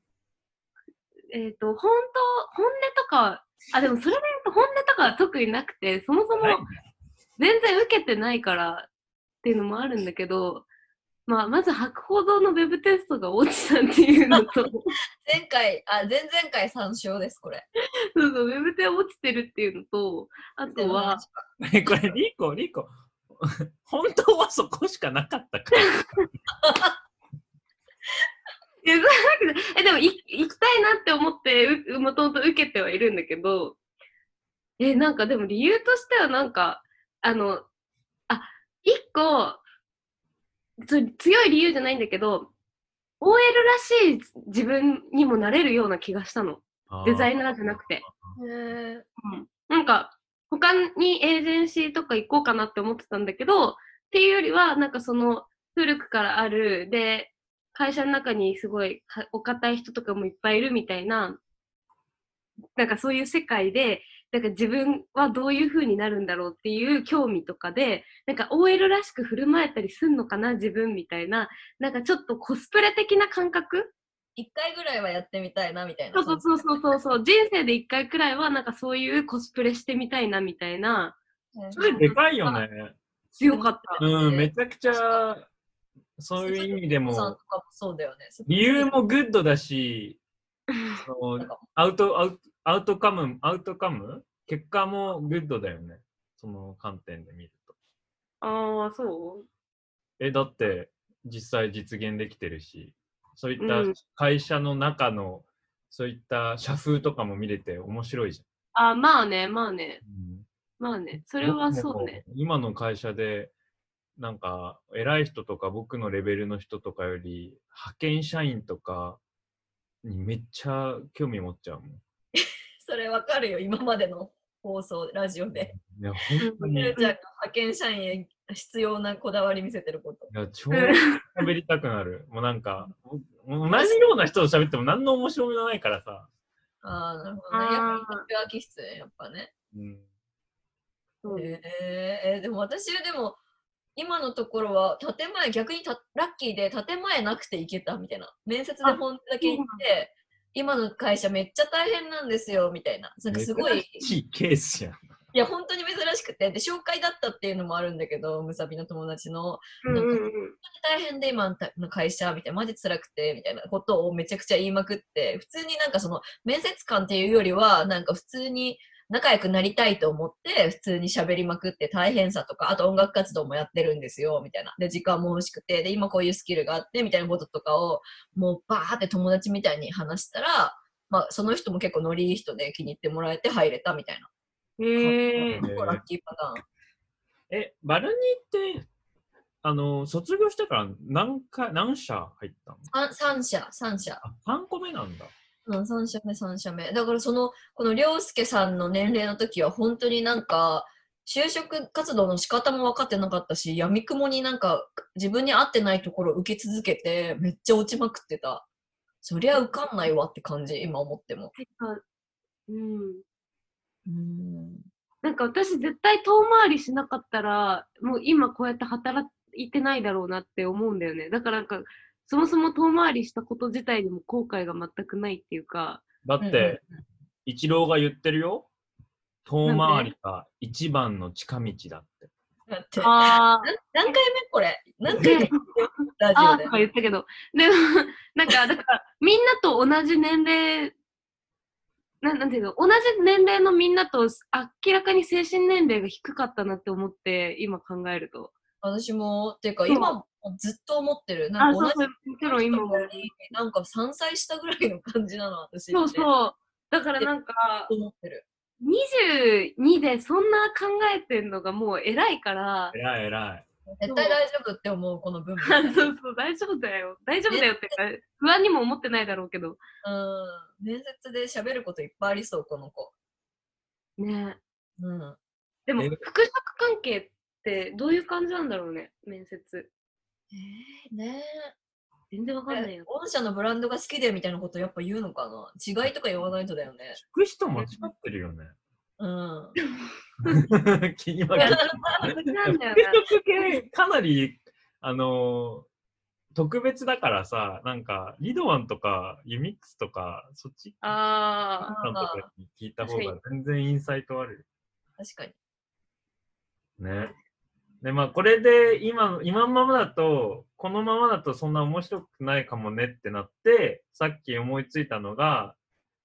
Speaker 6: えっ、と、本当、本音とか、あ、でもそれで言うと本音とかは特になくて、そもそも
Speaker 2: ない
Speaker 6: 全然受けてないからっていうのもあるんだけど、まあ、まず白報堂のウェブテストが落ちたっていうのと、 そう
Speaker 5: 前回、あ、前々回参照です、これ。
Speaker 6: そう、ウェブテ落ちてるっていうのと、あとは、
Speaker 2: え、 これ、リーコ、リーコ、 本当はそこしかなかったから。
Speaker 6: いやそういうわけじ ゃえでもい行きたいなって思ってうもともと受けてはいるんだけどえなんかでも理由としてはなんかあのあ一個つ強い理由じゃないんだけど OL らしい自分にもなれるような気がしたのデザイナーじゃなくて
Speaker 5: へえ。
Speaker 6: なんか、他にエージェンシーとか行こうかなって思ってたんだけど、っていうよりは、なんかその、古くからある、で、会社の中にすごいかお堅い人とかもいっぱいいるみたいな、なんかそういう世界で、なんか自分はどういう風になるんだろうっていう興味とかで、なんか OL らしく振る舞えたりすんのかな、自分みたいな、なんかちょっとコスプレ的な感覚
Speaker 5: 一回ぐらいはやってみたいな、みたいな。
Speaker 6: そうそうそうそうそうそう、人生で一回くらいはなんかそういうコスプレしてみたいなみたいな、
Speaker 5: うん
Speaker 2: それでかいよね。
Speaker 6: 強かった。
Speaker 2: うん、めちゃくちゃ、そういう意味で
Speaker 5: さん
Speaker 2: も
Speaker 5: と、かもそうだよね。
Speaker 2: 理由もグッドだし、そ
Speaker 5: な
Speaker 2: の
Speaker 5: んか
Speaker 2: アウト、アウト、アウトカム、アウトカム結果もグッドだよね。その観点で見ると。
Speaker 6: ああ、そう
Speaker 2: え、だって、実際実現できてるし、そういっ
Speaker 6: う
Speaker 2: た
Speaker 6: ん
Speaker 2: 会社の中の、そういった社風とかも見れて面白いじ
Speaker 6: あまあね、まあね
Speaker 2: ゃ、ん。
Speaker 6: まあね。それはそうね。
Speaker 2: 僕も。今の会社で、なんか、偉い人とか、僕のレベルの人とかより、派遣社員とかにめっちゃ興味持っちゃうもん。
Speaker 5: それわかるよ、今までの放送、ラジオで。
Speaker 2: いや、本当に、
Speaker 5: ゆ
Speaker 2: いう
Speaker 5: ちゃんが派遣社員へ必要なこだわり見せてること。
Speaker 2: や、超喋りたくなる。もうなんか、もう同じような人と喋っても何の面白みもないからさ。
Speaker 5: ああ、なるほどね。やっ
Speaker 6: あ
Speaker 5: ぱり受け気質ね、やっぱね。
Speaker 2: うん。
Speaker 6: そうね
Speaker 5: へええでも私でも今のところは建前逆にたラッキーで建前なくて行けたみたいな面接で
Speaker 6: あ
Speaker 5: 本音だけ行って今の会社めっちゃ大変なんですよみたいななんかすごい
Speaker 2: 珍しいケースやん。
Speaker 5: いや本当に珍しくてで紹介だったっていうのもあるんだけどむさびの友達の
Speaker 6: うんうんうん。
Speaker 5: 大変で今の会社みたいなマジ辛くてみたいなことをめちゃくちゃ言いまくって普通になんかその面接官っていうよりはなんか普通に仲良くなりたいと思って普通に喋りまくって大変さとかあと音楽活動もやってるんですよみたいなで時間も欲しくてで今こういうスキルがあってみたいなこととかをもうバーって友達みたいに話したら、まあ、その人も結構ノリいい人で気に入ってもらえて入れたみたいな、
Speaker 6: へえ。
Speaker 5: 結構ラッキーパターン
Speaker 2: え、バルニーって、あの、卒業してから何回、何社入ったの
Speaker 5: あ三社、三社。
Speaker 2: あ、3個目なんだ。
Speaker 5: うん、3社目、3社目。だからその、この涼介さんの年齢の時は本当になんか、就職活動の仕方も分かってなかったし、闇雲になんか自分に合ってないところを受け続けて、めっちゃ落ちまくってた。そりゃ受かんないわって感じ、今思っても。
Speaker 6: うん。
Speaker 5: うん。
Speaker 6: なんか私絶対遠回りしなかったら、もう今こうやって働いてないだろうなって思うんだよね。だからなんか、そもそも遠回りしたこと自体にも後悔が全くないっていうか、
Speaker 2: だって、
Speaker 5: うんうん
Speaker 2: 一郎が言ってるよ。遠
Speaker 6: なん
Speaker 2: 回
Speaker 6: で
Speaker 2: りが一番の近道だって。
Speaker 5: だって、何
Speaker 6: あ
Speaker 5: 何回目これ何
Speaker 6: ね
Speaker 5: 回目ラジ
Speaker 6: あ
Speaker 5: オ
Speaker 6: ー
Speaker 5: で
Speaker 6: と。か言ったけど、でも、 なんか、だから、みんなと同じ年齢、ななんていうの、同じ年齢のみんなと明らかに精神年齢が低かったなって思って、今考えると。
Speaker 5: 私も、っていうか
Speaker 6: そう
Speaker 5: 今もずっと思ってる。な
Speaker 6: あ、
Speaker 5: んか
Speaker 6: そ
Speaker 5: 同
Speaker 6: う
Speaker 5: じ
Speaker 6: そう、もちろん今も。
Speaker 5: なんか3歳下ぐらいの感じなの、私って。
Speaker 6: そうそう。だからなんか、
Speaker 5: 思ってる。
Speaker 6: 22でそんな考えてんのがもう偉い から、
Speaker 2: えらいえらい。
Speaker 5: 絶対大丈夫って思う、この文
Speaker 6: そ
Speaker 5: 化。
Speaker 6: うそう、大丈夫だよ。大丈夫だよっていうか、不安にも思ってないだろうけど。
Speaker 5: うん。面接で喋ることいっぱいありそう、この子。
Speaker 6: ね
Speaker 5: うん。
Speaker 6: でも、
Speaker 2: え
Speaker 6: 複雑関係ってどういう感じなんだろうね、面接。
Speaker 5: ね
Speaker 6: 全然わかんない
Speaker 5: え
Speaker 6: よ。。
Speaker 5: 御社のブランドが好きでみたいなことやっぱ言うのかな違いとか言わないとだよね。
Speaker 2: 聞く人間違ってるよ ね。
Speaker 5: うん。
Speaker 2: 気にはなる。
Speaker 6: なんだよ
Speaker 2: 受け取り系かなり、あのー特別だからさ、なんか、リドワンとか、ユミックスとか、そっち
Speaker 6: あ
Speaker 2: さんとかに聞いた方が全然インサイトある
Speaker 5: 確かに。
Speaker 2: よね。で、まあ、これで今、今のままだと、このままだとそんな面白くないかもねってなって、さっき思いついたのが、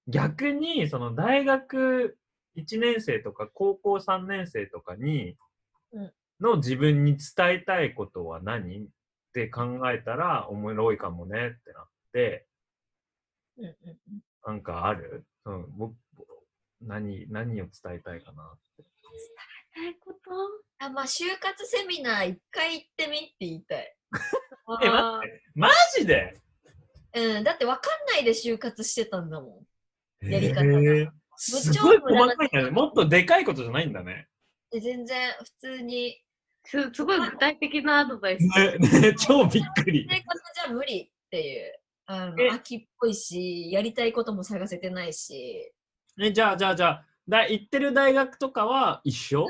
Speaker 2: 逆に、その大学1年生とか高校3年生とかに
Speaker 5: うん、
Speaker 2: の自分に伝えたいことは何って考えたら面白いかもねってなって、
Speaker 5: うんうん
Speaker 2: なんかあるうん、僕、何、何を伝えたいかな。
Speaker 6: あ。ないこと
Speaker 5: あ、まあ、就活セミナー一回行ってみって言いたい。
Speaker 2: え
Speaker 6: あー
Speaker 2: マジで
Speaker 5: うん。だってわかんないで就活してたんだもん。やり方が。
Speaker 2: えーすごい細かいんだね。
Speaker 5: 部長
Speaker 2: もっとでかいことじゃないんだね。
Speaker 5: で全然普通に。
Speaker 6: すすごい具体的なアドバイス。
Speaker 2: ね、ね 超びっくり。
Speaker 5: 生活じゃ無理っていう。あ
Speaker 2: え
Speaker 5: の秋っぽいし、やりたいことも探せてないし。
Speaker 2: え、じゃあ、じゃあ、じゃあ、だ行ってる大学とかは一緒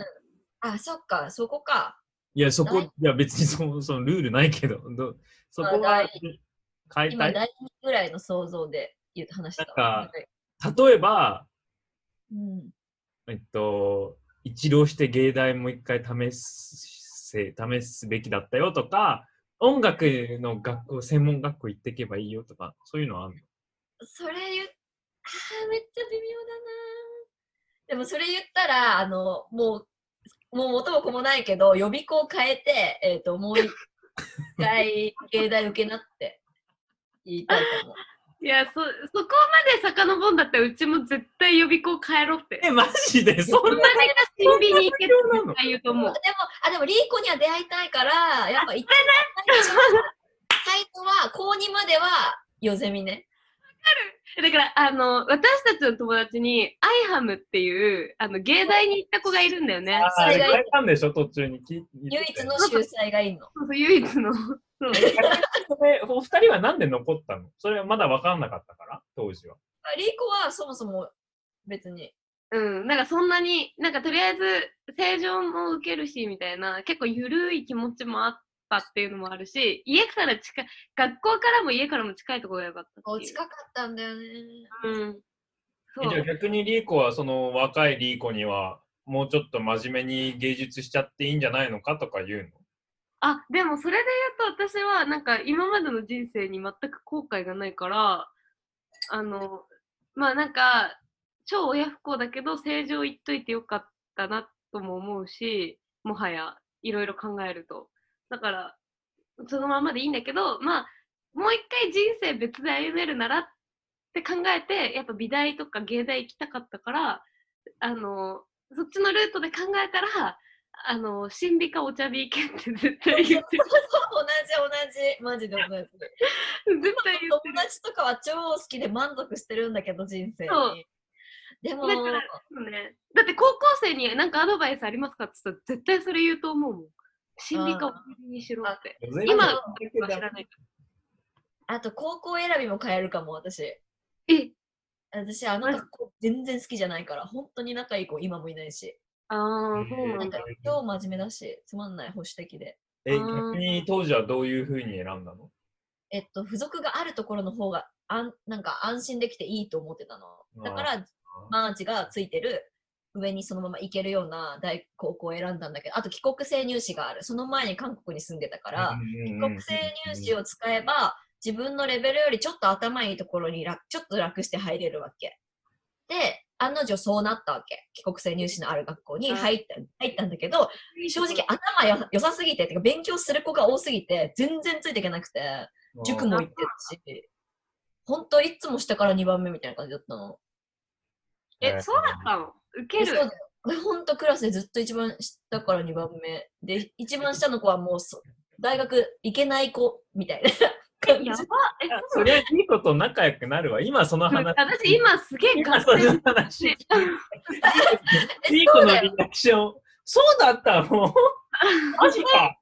Speaker 5: あ、そっか、そこか。
Speaker 2: いや、そこ、
Speaker 5: ないい
Speaker 2: や、別にその、そのルールないけど、どそこ
Speaker 5: まあな
Speaker 2: は変えた
Speaker 5: 今、
Speaker 2: い。
Speaker 5: 第二ぐらいの想像で言う話した。
Speaker 2: なんか例えば、
Speaker 5: うん、
Speaker 2: えっと、一浪して芸大も一回試せ、試すべきだったよとか、音楽の学校、専門学校行ってけばいいよとか、そういうのはあるの
Speaker 5: それ言っあーめっちゃ微妙だなーでもそれ言ったらあのもうもう元も子もないけど予備校を変えて、えー、ともう一回芸大受けなって言いたいかも
Speaker 6: いや、そ、そこまで遡んだったらうちも絶対予備校帰ろうって。
Speaker 2: え、マジでそ
Speaker 6: そん
Speaker 2: ん
Speaker 6: な
Speaker 2: な
Speaker 6: にか神美に行けって
Speaker 2: そんな
Speaker 6: 絶対言うと思
Speaker 5: で
Speaker 6: う
Speaker 5: も。あでもリーコには出会いたいからやっぱ一回最初は高2まではヨゼミね
Speaker 6: だから、あの、私たちの友達に、アイハムっていう、あの、芸大に行った子がいるんだよね。
Speaker 2: あれ変えたんでしょ途中に聞い
Speaker 5: 唯一の秀才がいいの
Speaker 6: そうそう、唯一の。そう。
Speaker 2: えお 二人はなんで残ったのそれはまだ分かんなかったから当時は。
Speaker 5: リーコはそもそも別に
Speaker 6: うん、なんかそんなに、なんかとりあえず、正常も受けるし、みたいな、結構ゆるい気持ちもあったっていうのもあるし、家から近い、学校からも家からも近いところが良かったっていう。
Speaker 5: 近かったんだよね
Speaker 6: うん。
Speaker 2: えじ
Speaker 6: そ
Speaker 2: ゃあ
Speaker 6: う。
Speaker 2: 逆にリーコは、その若いリーコには、もうちょっと真面目に芸術しちゃっていいんじゃないのかとか言うの
Speaker 6: あ、でもそれで言うと私は、なんか今までの人生に全く後悔がないから、あの、まあなんか、超親不孝だけど、正常言っといてよかったなとも思うし、もはや、いろいろ考えると。だから、そのままでいいんだけど、まあ、もう一回人生別で歩めるならって考えて、やっぱ美大とか芸大行きたかったから、あの、そっちのルートで考えたら、あの、心理かお茶ビー系って絶対言ってる。
Speaker 5: 同じ同じマジで同じ
Speaker 6: 絶対 言
Speaker 5: 友
Speaker 6: ってる。
Speaker 5: 達とかは超好きで満足してるんだけど人生
Speaker 6: そう
Speaker 5: にでも
Speaker 6: だからそうね、だって高校生に何かアドバイスありますかって言ったら絶対それ言うと思うもん。心理かお茶ビーにしろって。今、
Speaker 5: あ
Speaker 6: 今知らないか
Speaker 5: あと高校選びも変えるかも私
Speaker 6: ら。え
Speaker 5: 私あの学校全然好きじゃないから本当に仲いい子今もいないし
Speaker 6: ああ、そうな
Speaker 5: なんん
Speaker 6: だ。
Speaker 5: か超真面目だしつまんない保守的で
Speaker 2: え、
Speaker 6: あー
Speaker 2: 逆に当時はどういうふうに選んだの
Speaker 5: えっと付属があるところの方があんなんか安心できていいと思ってたのだからマーチがついてる上にそのまま行けるような大高校を選んだんだけどあと帰国制入試があるその前に韓国に住んでたから、
Speaker 2: 帰
Speaker 5: 国制入試を使えば自分のレベルよりちょっと頭いいところに楽ちょっと楽して入れるわけで案の定そうなったわけ帰国制入試のある学校に入った,、入ったんだけど正直頭よ良さすぎててか勉強する子が多すぎて全然ついていけなくて塾も行ってたし本当いつも下から2番目みたいな感じだったの
Speaker 6: え、そうだったの受け
Speaker 5: でそう
Speaker 6: る。
Speaker 5: だよ俺ほんとクラスでずっと一番下から2番目で一番下の子はもうそ大学行けない子みたいな 感じ
Speaker 6: やば。え、
Speaker 2: そりゃいいこと仲良くなるわ。今その話。
Speaker 6: 私今すげえ
Speaker 2: 今
Speaker 6: 学
Speaker 2: そ
Speaker 6: 生
Speaker 2: の話。い
Speaker 5: え
Speaker 2: い子
Speaker 5: そう
Speaker 2: の
Speaker 5: だよ
Speaker 2: リアクション。そうだったの マジか。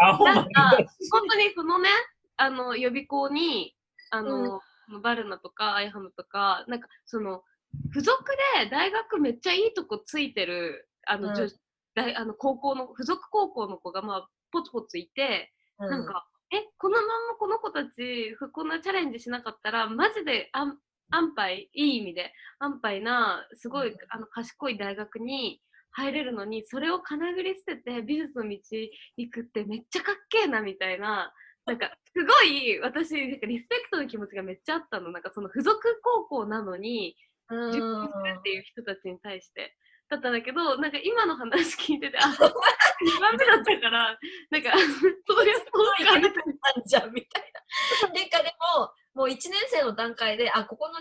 Speaker 2: あほん
Speaker 6: な
Speaker 2: ま
Speaker 6: んか、本当にそのね、あの、予備校に、あの、バルナとかアイハムとか、なんか、その、付属で大学めっちゃいいとこついてる、あの、
Speaker 5: うん
Speaker 6: 女子大あの高校の、付属高校の子が、まあ、ポツポツいて、
Speaker 5: な
Speaker 6: なんか、え、このまんまこの子たち、ふこんなチャレンジしなかったら、マジで安、安牌、いい意味で、安牌な、すごい、
Speaker 5: うん
Speaker 6: あの、賢い大学に、入れるのに、それをかなぐり捨てて美術の道行くってめっちゃかっけえなみたいな、なんかすごい私、なんかリスペクトの気持ちがめっちゃあったの。なんかその付属高校なのに、
Speaker 5: うん
Speaker 6: 受験するっていう人たちに対して。だったんだけど、なんか今の話聞いてて、あ、2番目だったから、な んか、そういうそうかみた
Speaker 5: な
Speaker 6: いな
Speaker 5: んじゃんみたいな。てかでも、もう1年生の段階で、あ、ここの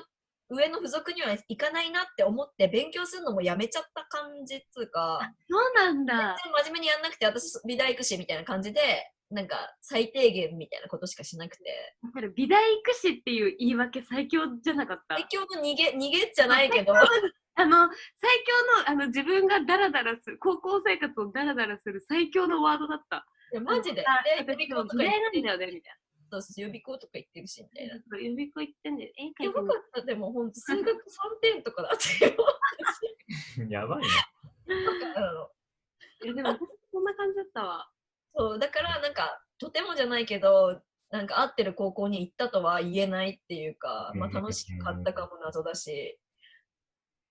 Speaker 5: 上の付属には行かないなって思って、勉強するのもやめちゃった感じっつうか、
Speaker 6: そうなん
Speaker 5: 全
Speaker 6: だ。
Speaker 5: 然真面目にやんなくて、私、美大育士みたいな感じで、なんか最低限みたいなことしかしなくて、
Speaker 6: わかる美大育士っていう言い訳最強じゃなかった。
Speaker 5: 最強の逃げ、逃げじゃないけど、
Speaker 6: あの、最強の、あの、自分がダラダラする、高校生活をダラダラする最強のワードだった。
Speaker 5: いやマジで。
Speaker 6: あ
Speaker 5: で、予備
Speaker 6: 私
Speaker 5: 校
Speaker 6: もう
Speaker 5: と
Speaker 6: 美
Speaker 5: か行っ
Speaker 6: 大なん
Speaker 5: て
Speaker 6: だよね、みたい
Speaker 5: そうそう予備校とか行ってるし、みたいな。
Speaker 6: な。予備校行ってんだよ。絵
Speaker 5: よ
Speaker 6: 描
Speaker 5: かっ
Speaker 6: い
Speaker 5: て
Speaker 6: る
Speaker 5: た、でも本当数学3点とかだったよ。
Speaker 2: やばいね。
Speaker 5: うん
Speaker 6: いや、でも、こんな感じだったわ。
Speaker 5: そう、だからなんか、とてもじゃないけど、なんか合ってる高校に行ったとは言えないっていうか、まあ
Speaker 2: うんうんうん
Speaker 5: 楽しかったかも謎だし、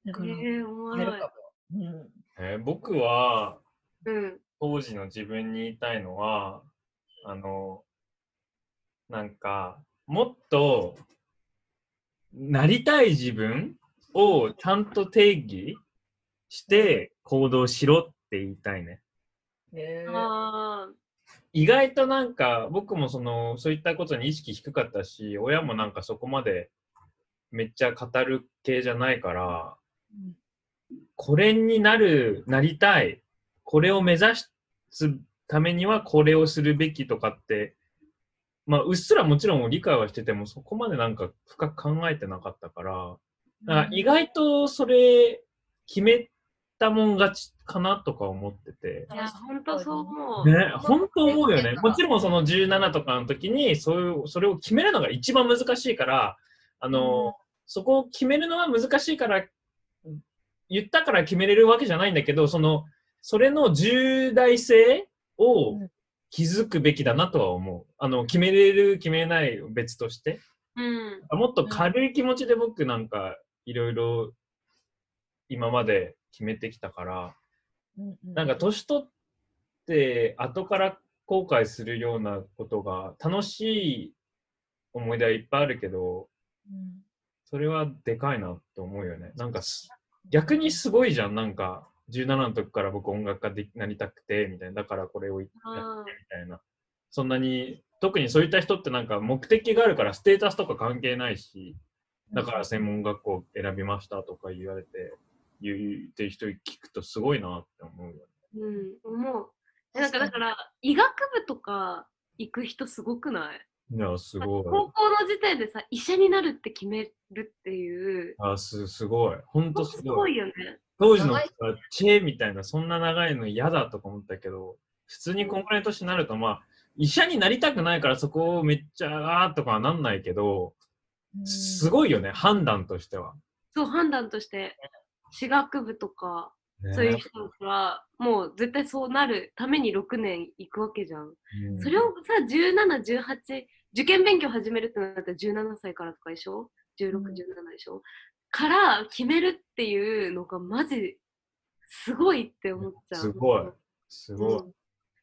Speaker 5: だから、
Speaker 6: ええ、おも
Speaker 5: 入る
Speaker 6: ろい
Speaker 5: か。も。うん。
Speaker 2: えー僕は
Speaker 6: うん。
Speaker 2: 当時の自分に言いたいのは、あの、なんか、もっと、なりたい自分をちゃんと定義して行動しろって言いたいね。
Speaker 5: へー
Speaker 6: あ
Speaker 2: 意外となんか僕もそのそういったことに意識低かったし親もなんかそこまでめっちゃ語る系じゃないから、
Speaker 5: うん
Speaker 2: これになるなりたいこれを目指すためにはこれをするべきとかってまあうっすらもちろん理解はしててもそこまでなんか深く考えてなかったからだから意外とそれ決めたもん勝ちかなとか思ってて。
Speaker 6: あ。いや、ほんとそう思う。
Speaker 2: ね、本当思うよね
Speaker 5: 全然。だ
Speaker 2: もちろんその17とかの時にそういうそれを決めるのが一番難しいからあの、そこを決めるのは難しいから言ったから決めれるわけじゃないんだけどそのそれの重大性を
Speaker 5: うん
Speaker 2: 気づくべきだなとは思う。あの決めれる決めれない別として
Speaker 6: うん。
Speaker 2: もっと軽い気持ちで僕なんかいろいろ今まで決めてきたから。
Speaker 5: うんうん
Speaker 2: なんか年取って後から後悔するようなことが楽しい思い出はいっぱいあるけど
Speaker 5: うん
Speaker 2: それはでかいなって思うよねなんかす逆にすごいじゃんなんか17の時から僕音楽家になりたくてみたいなだからこれをやって
Speaker 6: あ
Speaker 2: みたいなそんなに特にそういった人ってなんか目的があるからステータスとか関係ないしだから専門学校選びましたとか言われて言ってる人聞くとすごいなって思うよね。
Speaker 6: うん、思う。えなんかだから、医学部とか行く人すごくない
Speaker 2: いや、す
Speaker 6: 高
Speaker 2: ごい。
Speaker 6: 校の時点でさ、医者になるって決めるっていう、
Speaker 2: あ、す、すごい。ほんとす
Speaker 6: す
Speaker 2: ご
Speaker 6: ご
Speaker 2: い。
Speaker 6: いよね。
Speaker 2: 当時の
Speaker 5: 長い
Speaker 2: さチェーみたいな、そんな長いの嫌だとか思ったけど、普通にこんぐらいの年になると、まあ、医者になりたくないからそこをめっちゃあーとかはなんないけど、すごいよね、判断としては。
Speaker 6: そう、判断として、私学部とか、
Speaker 2: ね
Speaker 6: そういう人は、もう絶対そうなるために6年行くわけじゃん。
Speaker 2: うん
Speaker 6: それをさ、17、18、受験勉強始めるってなったら17歳からとかでしょ ?16、17でしょから決めるっていうのがマジ、すごいって思っちゃう。
Speaker 2: すごい。すごい。
Speaker 6: うん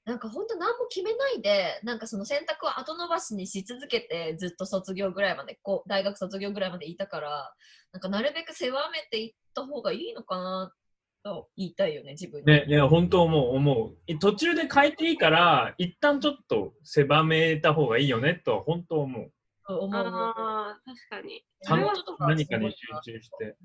Speaker 5: なんか本当何も決めないで、なんかその選択を後延ばしにし続けて、ずっと卒業ぐらいまで、こう大学卒業ぐらいまでいたから、なんかなるべく狭めていった方がいいのかなと言いたいよね、自分に。
Speaker 2: ね、いや、本当思う、思う。え途中で変えていいから、一旦ちょっと狭めた方がいいよねとは本当思う。
Speaker 5: そう思う思う。
Speaker 6: ああ、確かに。
Speaker 2: ちゃんと
Speaker 5: と
Speaker 2: 何かに集中して。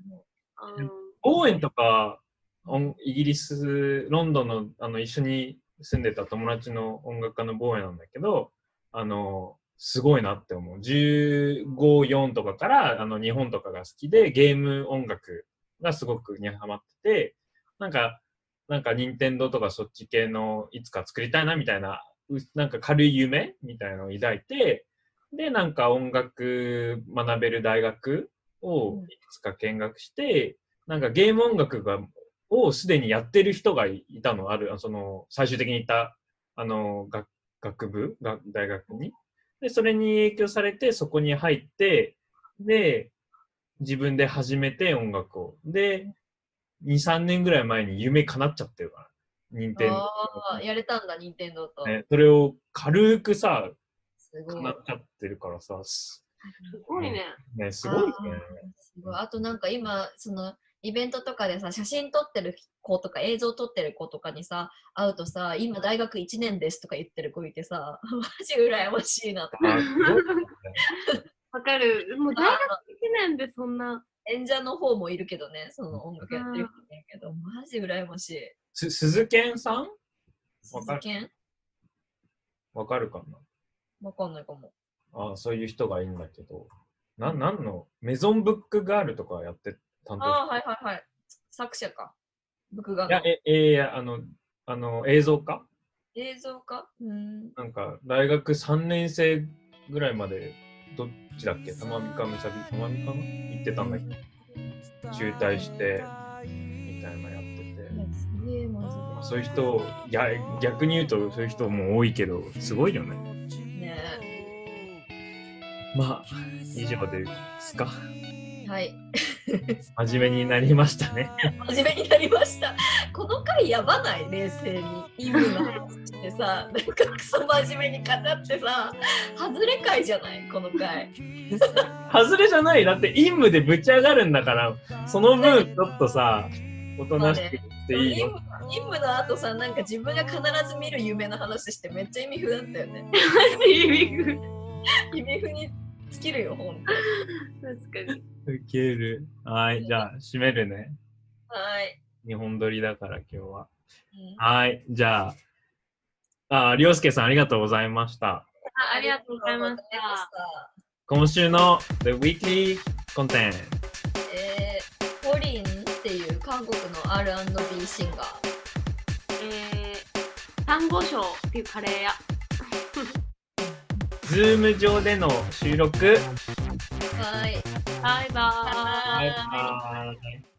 Speaker 6: あー
Speaker 2: で応援とか、おんイギリス、ロンドンのあの一緒に住んでた友達の音楽家のボーエなんだけど、あの、すごいなって思う。15、4とかからあの日本とかが好きで、ゲーム音楽がすごくにハマってて、なんか、なんか任天堂とかそっち系のいつか作りたいなみたいな、うなんか軽い夢みたいなのを抱いて、で、なんか音楽学べる大学をいくつか見学して、なんかゲーム音楽が、をすでにやってる人がいたの、ある、その、最終的にいた、あの、学学部が大学に。で、それに影響されて、そこに入って、で、自分で始めて音楽を。で、2、3年ぐらい前に夢叶っちゃってるから、任天堂。
Speaker 5: あーやれたんだ、任天堂と。
Speaker 2: ね、それを軽くさ、
Speaker 5: すごい。
Speaker 2: 叶っちゃってるからさ、す
Speaker 6: すごいね。
Speaker 2: ね、すごいね。
Speaker 5: すごいあとなんか今そのイベントとかでさ写真撮ってる子とか映像撮ってる子とかにさ会うとさ今大学1年ですとか言ってる子いてさマジ羨ましいなと
Speaker 2: あすごいね
Speaker 6: わかる。もう大学1年でそんな。
Speaker 5: 演者の方もいるけどねその音楽やってる子もいるけどマジ羨ましい
Speaker 2: す鈴健さんわか
Speaker 5: 鈴
Speaker 2: る
Speaker 5: 研
Speaker 2: わかるかな
Speaker 5: わかんないかも
Speaker 2: ああそういう人がいいんだけど、な、なんのメゾンブックガールとかやって、担当
Speaker 5: ああ
Speaker 2: し
Speaker 5: ーはいはいはい作者か僕が
Speaker 2: ていや、え、えいやあの、あの、映像化
Speaker 5: 映像かうーん
Speaker 2: なんか、大学3年生ぐらいまで、どっちだっけ玉美かむさび、玉美かな行ってたんだけど、中退して、みたいなのやって
Speaker 5: いや
Speaker 2: て。
Speaker 5: すげえマ
Speaker 2: そういう人、いや、逆に言うと、そういう人も多いけど、すごいよね。
Speaker 5: ジでね
Speaker 2: まあ、以上ですか。
Speaker 5: はい
Speaker 2: 真面目になりましたね。
Speaker 5: 真面目になりました。この回やばない冷静にイブの話してさ、なんかクソ真面目に語ってさ、外れ回じゃないこの回。
Speaker 2: 外れじゃないだって陰夢でぶち上がるんだからその分ちょっとさおとなしくしていい
Speaker 5: 任
Speaker 2: よ、
Speaker 5: 務任務の後さ、なんか自分が必ず見る夢の話してめっちゃ意味不だったよね。意味不に尽きるよ、ほんと。
Speaker 6: 確かに。
Speaker 2: ウケるはいじゃあ締めるね
Speaker 5: はい。
Speaker 2: 日本撮りだから今日は
Speaker 5: うん
Speaker 2: はいじゃああ涼介さんありがとうございました
Speaker 6: あありがとうございました。
Speaker 2: 今週の The Weekly Content
Speaker 5: えー、ホリンっていう韓国の R&B シンガー。
Speaker 6: えー、単語賞っていうカレー屋。
Speaker 2: Zoom 上での収録
Speaker 5: はい。
Speaker 6: バイバーイ。
Speaker 2: バイバイ